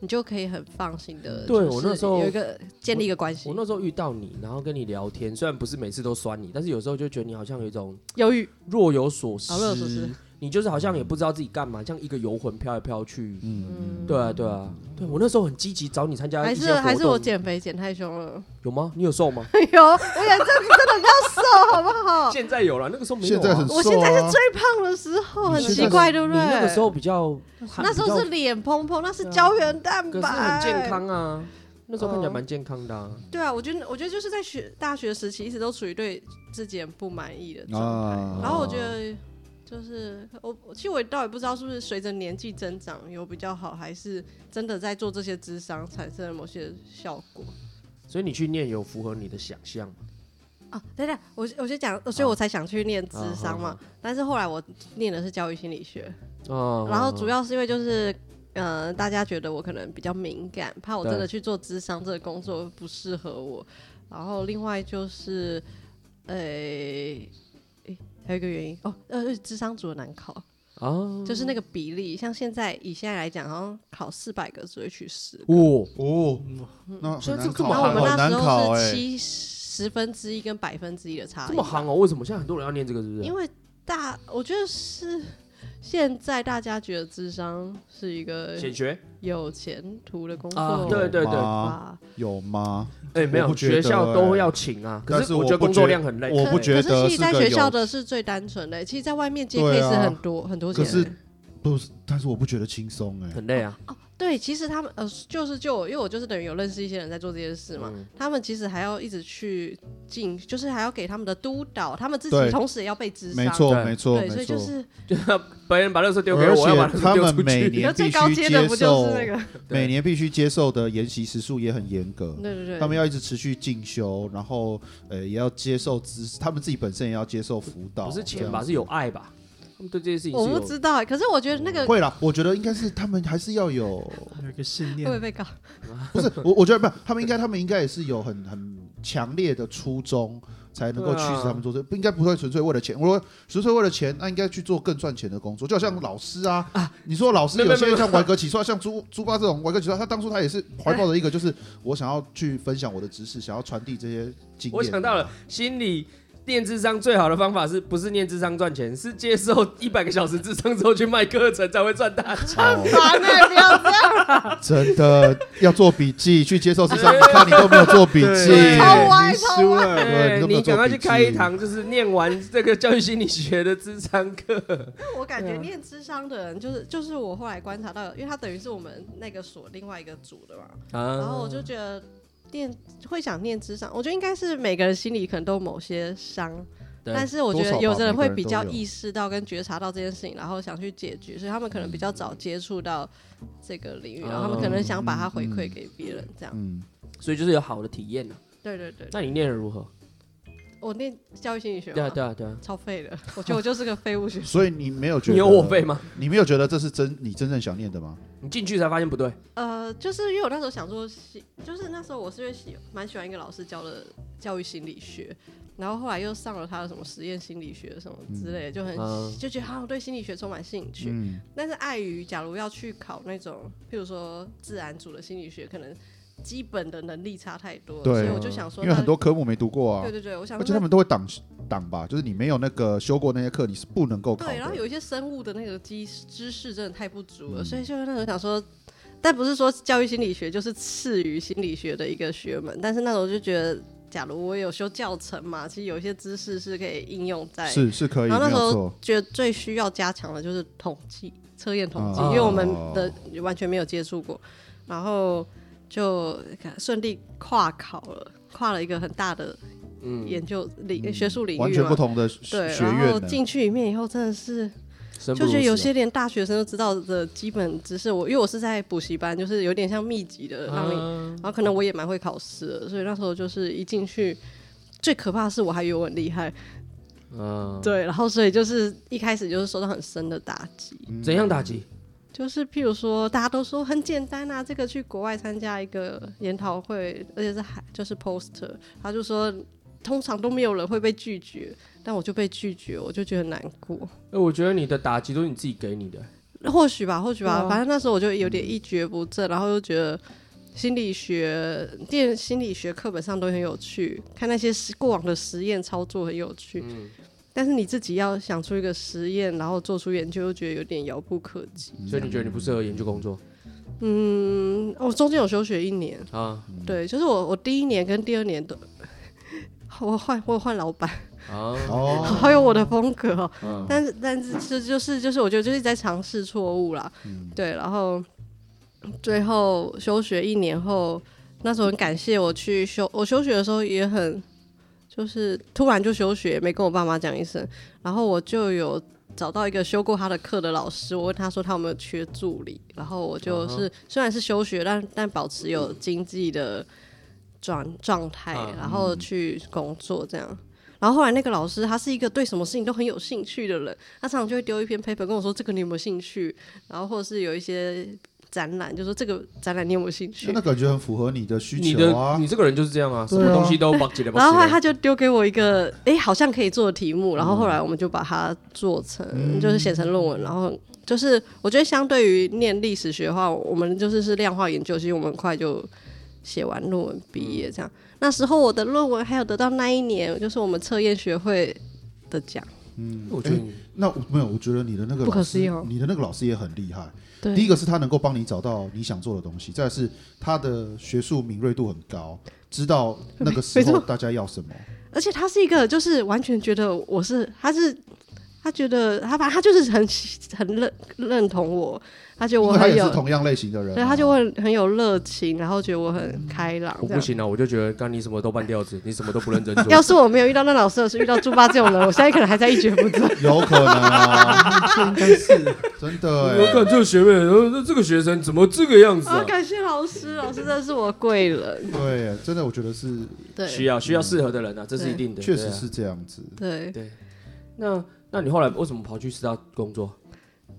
C: 你就可以很放心的，
A: 对
C: 就是
A: 我那时候
C: 有一个建立一个关系
A: 我。那时候遇到你，然后跟你聊天，虽然不是每次都酸你，但是有时候就觉得你好像有一种
C: 忧郁，
A: 若有所思，
C: 啊若有所思
A: 你就是好像也不知道自己干嘛，像一个游魂飘来飘去。
B: 嗯，
A: 对啊，对啊，对我那时候很积极找你参加
C: 还
A: 一些
C: 是
A: 活动，
C: 还是我减肥减太凶了。 *laughs*
A: 有吗？你有瘦吗？
C: 哎呦，我也这样子真的比较瘦，好不好？
A: 现在有了，那个时候没有、
B: 现
A: 啊。
B: 在很
C: 我
B: 瘦
C: 哦现在
B: 啊
C: 是。最胖的时候，哦很
B: 你现在
C: 奇怪，对不
A: 你
C: 对？
A: 那个时候比较，啊
C: 那时候是脸蓬蓬，那是胶原蛋
A: 可是
C: 白，
A: 很健。康啊。那时候看起来
E: 哦
A: 蛮健康的、啊。
C: 对啊，我觉得我觉得就是在学大学时期，一直都处于对自己很不满意的状态。
A: 哦
B: 啊
C: 然后我觉得就是我，我其实我倒也不知道是不是随着年纪增长有比较好，还是真的在做这些智商产生了某些效果
A: 所以你去念有符合你的想象吗？
C: 啊？等等，我我先讲，所以我才想去念智商嘛。
A: 啊好好
C: 但是后来我念的是教育心理学，
A: 哦
C: 然后主要是因为就是。呃，大家觉得我可能比较敏感，怕我真的去做智商这个工作不适合我。然后另外就是，呃、诶还有一个原因哦，呃，智商组的难考，
A: 啊，
C: 就是那个比例，像现在以现在来讲，好像考四百个只会取十个。
A: 哇，
B: 哦，
D: 嗯
B: 那
A: 所
B: 很
A: 以这这
B: 难考，
A: 么
C: 然后我
A: 好欸
C: 们
B: 很
C: 啊那
B: 难
C: 时
B: 考
C: 候
B: 哎
C: 是。七十分之一跟百分之一的差
A: 这
C: 异吧。
A: 么夯哦，为什么现在很多人要念这个？是不是？
C: 因为大，我觉得是现在大家觉得智商是一个
A: 显学
C: 有前途的工作、
A: 啊，对对对，
B: 吗？
C: 吧？
B: 有吗？
A: 哎，没
B: 我
A: 有
B: 不觉得欸
A: 学校都会要请啊，可
B: 但是我
A: 我觉得
B: 不
A: 工作
B: 觉
A: 量很累，
B: 我不
C: 可
B: 觉
C: 可
B: 得
C: 是其实
B: 是
C: 在
B: 个
C: 学
B: 有
C: 校的是最单纯的，其实在外面接
B: 对
C: case
B: 啊
C: 很多、很多钱
B: 可
C: 的。
B: 是不是，但是我不觉得轻松哎。
A: 很累啊。
C: 对，其实他们呃，就是就我，因为我就是等于有认识一些人在做这件事嘛，
A: 嗯
C: 他们其实还要一直去进，就是还要给他们的督导，他们自己
B: 对
C: 同时也要被支商，
B: 没错，
A: 对
B: 没错，
C: 对，
B: 没
C: 所以
B: 错。
C: 就是
A: 别人把垃圾丢给
B: 而
A: 我，我要把垃
B: 且
A: 圾
B: 他
A: 丢出
B: 们
A: 去。
B: 每
E: 那
B: 年必
E: 最高
B: 须
E: 阶的
B: 接
E: 不就
B: 受
E: 是，那个？
B: 每年必须接受的研习时数也很严格。
C: *laughs* 对对对，
B: 他们要一直持续进修，然后呃也要接受知识，他们自己本身也要接受辅导。
A: 不是钱
B: 这样
A: 吧，
B: 子
A: 是有爱吧？他们对这些事情
C: 我
A: 是
C: 不
A: 有
C: 知道欸，可是我觉得那个会
B: 会啦，我觉得应该是他们还是要有，
A: *laughs*
D: 有一个信
C: 不会
D: 念，
C: 被 *laughs* 告？
B: 不是我我觉得不，他们应该他们应该也是有很很强烈的初衷，才能够驱
A: 对啊
B: 使他们做这，不应该不会纯粹为了钱。如果纯粹为了钱，那应该去做更赚钱的工作，就好像老师啊，你说老师
A: 没有
B: 有
A: 没有
B: 些像怀格起诉，像朱朱巴这种怀格起诉，他当初他也是怀抱着一个就是我想要去分享我的知识，想要传递这些经验。啊
A: 我想到了，心理念智商最好的方法是不是念智商赚钱，是接受一百个小时智商之后去卖课程才会赚大钱。
B: 哦
C: 烦欸不要这样
B: 真的要做笔记，去接受
A: *laughs*
B: 市场。你看你都没有做笔
D: 对
B: 记，
C: 超歪
D: 你输了，
B: *laughs* 对你都没有
A: 你赶快
B: 做
A: 去
B: 笔记
A: 开一堂，就是念完这个教育心理学的智商课。 *laughs*
C: 我
B: 嗯
C: 感觉念智商的人，就是就是我后来观察到，因为他等于是我们那个所另外一个组的嘛，然
A: 然
C: 后我
B: 嗯
C: 就觉得念会想念智商，我觉得应该是每个人心里可能都有某些伤，
A: 对
C: 但是我觉
B: 多少
C: 得
B: 吧
C: 有的人会
B: 每个人
C: 比
B: 都
C: 较
B: 有
C: 意识到跟觉察到这件事情，然后想去解决，所以他们可能比较
B: 嗯
C: 早接触到这个领域，然后他们可能想把它回馈给别人，这样。
B: 哦嗯，
A: 所以就是有好的体验呢。啊
C: 对对对，
A: 那你念的如何？
C: 我念教育心理学
A: 对啊
C: 嘛，
A: 对啊对啊，
C: 超废的，我觉得我就是个废物学生。
B: 所以你没有觉得
A: 你有我费吗？
B: 你没有觉得这是真你真正想念的吗？
A: 你进去才发现不对。
C: 呃，就是因为我那时候想说喜，就是那时候我是因为喜蛮喜欢一个老师教的教育心理学，然后后来又上了他的什么实验心理学什么之类的，就很、
A: 嗯
C: 就觉得好像对心理学充满兴趣。
B: 啊嗯，
C: 但是碍于假如要去考那种，譬如说自然组的心理学，可能基本的能力差太多了，
B: 对
C: 所以我就想说
B: 因
C: 那，
B: 为很多科目没读过啊
C: 对，对对，我想
B: 而且
C: 说
B: 他
C: 那
B: 们都会挡挡吧，就是你没有那个修过那些课，你是不能够考
C: 对，然后
B: 的。
C: 有一些生物的那个知知识真的太不足了，
B: 嗯
C: 所以就那时候想说，但不是说教育心理学就是次于心理学的一个学门，但是那时候就觉得，假如我有修教程嘛，其实有一些知识是可以应用在，
B: 是是可以，
C: 然后那
B: 没
C: 时
B: 有
C: 候
B: 错。
C: 觉得最需要加强的就是统计测验统计，
A: 哦
B: 啊
C: 因为我们的完全没有接触过，然后就顺利跨考了，跨了一个很大的
A: 嗯，
C: 研究领、学术领域嘛，
B: 完全不同的学
C: 对，
B: 学
C: 然后
B: 院呢，
C: 进去里面以后真的是。
A: 生不
C: 就
A: 如
C: 觉得有
A: 死啊
C: 些连大学生都知道的基本知识，我因为我是在补习班，就是有点像密集的让你，
A: 啊
B: 嗯
C: 然后可能我也蛮会考试的，所以那时候就是一进去，最可怕的是我还以为我很厉害，
A: 嗯，
C: 对，然后所以就是一开始就是受到很深的打击，
A: 怎样打
B: 嗯
A: 击？
C: 就是譬如说大家都说很简单啊，这个去国外参加一个研讨会，而且是海就是 poster，他就说通常都没有人会被拒绝，但我就被拒绝，我就觉得很难过。
A: 哎，我觉得你的打击都是你自己给你的。
C: 或许吧，或许吧，
A: 对啊
C: 反正那时候我就有点一蹶不振，然后又觉得心理学、电心理学课本上都很有趣，看那些实过往的实验操作很有趣，
A: 嗯
C: 但是你自己要想出一个实验，然后做出研究，又觉得有点遥不可及。
A: 所以你觉得你不适合研究工作
C: 嗯，我、中间有休学一年，
B: 嗯
A: 啊
C: 对，就是我我第一年跟第二年都。 *laughs* 我换我换老板，
A: 啊？
B: 哦，
C: *laughs* 好有我的风格哦、
A: 嗯
C: *laughs* 但是但是这就是就是我觉得就是在尝试错误啦，对，然后最后休学一年后，那时候很感谢我去休，我休学的时候也很，就是突然就休学，没跟我爸妈讲一声，然后我就有找到一个修过他的课的老师，我问他说他有没有缺助理，然后我就是、虽然是休学，但但保持有经济的状状态
A: 嗯，
C: 然后去工作这样。然后后来那个老师，他是一个对什么事情都很有兴趣的人，他常常就会丢一篇 paper 跟我说这个你有没有兴趣，然后或者是有一些展览，就说这个展览你有没有兴趣
B: 那？感觉很符合你的需
A: 你
B: 求
A: 的
B: 啊
A: 你。这个人就是这样啊，什
D: 对啊
A: 么东西都绑
C: *laughs*
A: 起来。绑
C: 然后
A: 起
C: 后
A: 来
C: 来他就丢给我一个，哎、好像可以做的题
B: 嗯
C: 目，然后后来我们就把它做成，就是写成论文，然后就是我觉得相对于念历史学的话，我们就是是量化研究，其实我们很快就写完论文毕业这样。那时候我的论文还有得到那一年就是我们测验学会的奖，
A: 我觉得你
C: 啊
B: 那我没有，我觉得你的那个
E: 不可
B: 老师
E: 思议哦
B: 你的那个老师也很厉害。
E: 对
B: 第一个是他能够帮你找到你想做的东西，再来是他的学术敏锐度很高，知道那个时
E: 没
B: 候
E: 错
B: 大家要什么。
C: 而且他是一个就是完全觉得我是他是。他觉得他反正他就是很很认认同我，他觉得
B: 因
C: 我
B: 为他
C: 很
B: 也是
C: 有
B: 同样类型的人啊、
C: 对，他就会很有热情，然后觉得我很开朗。
A: 我
C: 这
A: 不
C: 样。
A: 行啊，我就觉得干你什么都半吊子，你什么都不认真做。
E: 要是我没有遇到那老师，我是遇到猪八这种人，我现在可能还在一蹶
A: *laughs*
E: 不振。
B: *laughs* 有可能啊，
C: *laughs*
D: 这应该是
B: 真
A: 我
B: 的、欸。
A: 看这个学妹，呃那这个学生怎么这个样子
C: 啊，
A: 啊？
C: 感谢老师，老师真的是我贵人。
B: 对，真的，我觉得是，
C: 对，
A: 需要需要适合的人啊，这是一定的。
B: 确
A: 对
B: 实
A: 啊
B: 是这样子。
C: 对，
A: 对，那那你后来为什么跑去师大工作？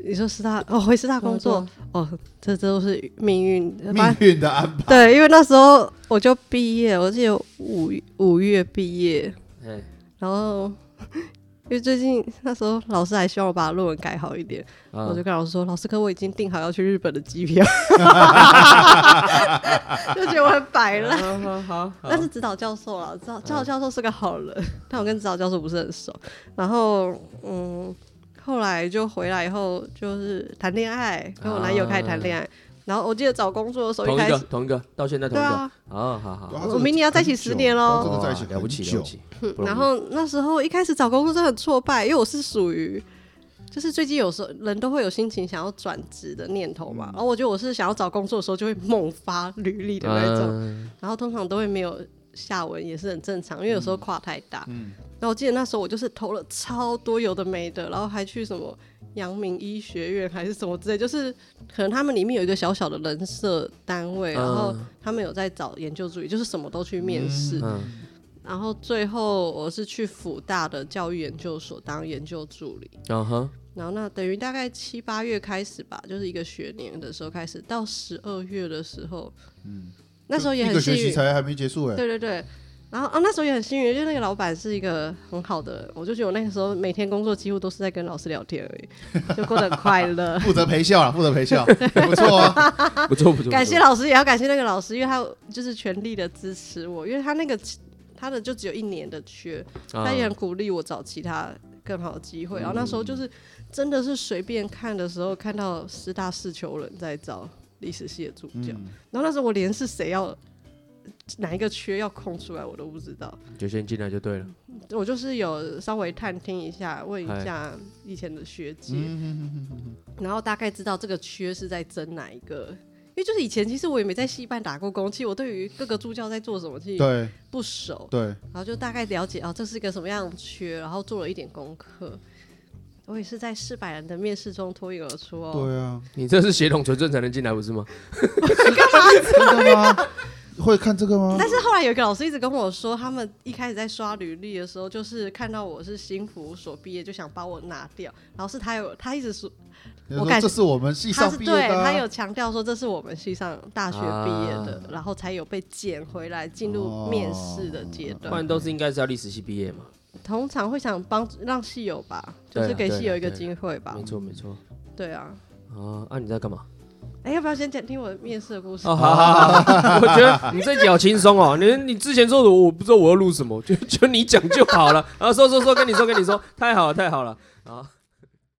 C: 你说师大哦，回师大工作哦，这这都是命运。
B: 命运的安排，
C: 对，因为那时候我就毕业，我记得五五月毕业，
A: 哎，
C: 然后因为最近那时候老师还希望我把论文改好一点，
A: 啊
C: 我就跟老师说，老师，可我已经订好要去日本的机票， *laughs* 就觉得我很摆烂。
A: 好好嗯好，好
C: 但是指导教授啦，指导指导教授是个好人，但我跟指导教授不是很熟。然后，嗯，后来就回来以后就是谈恋爱，跟我男友开始谈恋爱。然后我记得找工作的时
A: 啊
C: 候，
A: 同一
C: 开
A: 个
C: 始
A: 同一个，到现在同
C: 对
A: 一个。
C: 啊，
A: 啊，好好
B: 哇
A: 好，
B: 这个
C: 我明年要在一起
B: 很久
C: 十年咯
B: 哦哇这个在一起
A: 哇了不起
B: 很
A: 哦了不
B: 久
A: 起。
C: 嗯
A: 不容易
C: 然后那时候一开始找工作真的很挫败，因为我是属于。就是最近有时候人都会有心情想要转职的念头
A: 嗯
C: 嘛，然后我觉得我是想要找工作的时候就会猛发履历的那一种，
A: 嗯
C: 然后通常都会没有下文，也是很正常，因为有时候跨太大。
A: 嗯
C: 然后我记得那时候我就是投了超多有的没的，然后还去什么阳明医学院还是什么之类，就是可能他们里面有一个小小的人设单位，
A: 嗯
C: 然后他们有在找研究助理，就是什么都去面试。
A: 嗯，
C: 然后最后我是去辅大的教育研究所当研究助理。
A: 嗯哼，
C: 然后那等于大概七八月开始吧，就是一个学年的时候开始，到十二月的时候，那时候也
B: 嗯一
C: 很
B: 个
C: 幸
B: 学
C: 运
B: 期，才还没结束哎、
C: 对对对。然后啊，那时候也很幸运，因为那个老板是一个很好的人，我就觉得我那个时候每天工作几乎都是在跟老师聊天而
B: *laughs*。
C: 已，就过得很快乐
B: 负责陪笑啊，负责陪
C: *laughs*
B: 笑，不错啊。
A: 不错不错，
C: 感谢
A: 不错
C: 老师，也要感谢那个老师，因为他就是全力的支持我，因为他那个他的就只有一年的缺，
B: 嗯
A: 啊
C: 他也很鼓励我找其他更好的机会。然后那时候就是真的是随便看的时候，看到师大四球人在找历史系的助教，
B: 嗯，
C: 然后那时候我连是谁要哪一个缺要空出来我都不知道。
A: 啊就先进来就对了。 *laughs*
C: 我就是有稍微探听一下，问一下以前的
B: 嗯
C: 学姐，然后大概知道这个缺是在争哪一个。因为就是以前其实我也没在戏班打过工，其实我对于各个助教在做什么其实
B: 对
C: 不熟，
B: 对，
C: 然后就大概了解哦，这是一个什么样的缺，然后做了一点功课。我也是在四百人的面试中脱颖而出哦。
B: 对啊，
A: 你这是血统纯正才能进来不是吗？
B: 真的
D: *laughs*
B: 吗？会看这个吗？
C: 但是后来有一个老师一直跟我说，他们一开始在刷履历的时候，就是看到我是新辅所毕业，就想把我拿掉。然后是他有他一直说，
B: 你说
C: 我感
B: 这是我们系
C: 他
B: 上
C: 是
B: 毕业
C: 对
B: 的、啊，
C: 他有强调说这是我们系上大学毕业
A: 啊
C: 的，然后才有被捡回来进入面试的阶
A: 不
C: 段。
A: 然都是应该是要历史系毕业嘛。
C: 通常会想帮让系友吧，
A: 对
C: 就
A: 啊
C: 是给系友一个机会吧
A: 没。错没错。
C: 对啊，
A: 啊，那你在干嘛？
C: 哎，要不要先讲听我面试的故事？
A: 哦，好好好， *laughs* 我觉得你这集好轻松哦。你你之前说的，我不知 *laughs* 道我要录什么，就就你讲就好了。然后说说说，跟你说跟你说，太好了太好了啊！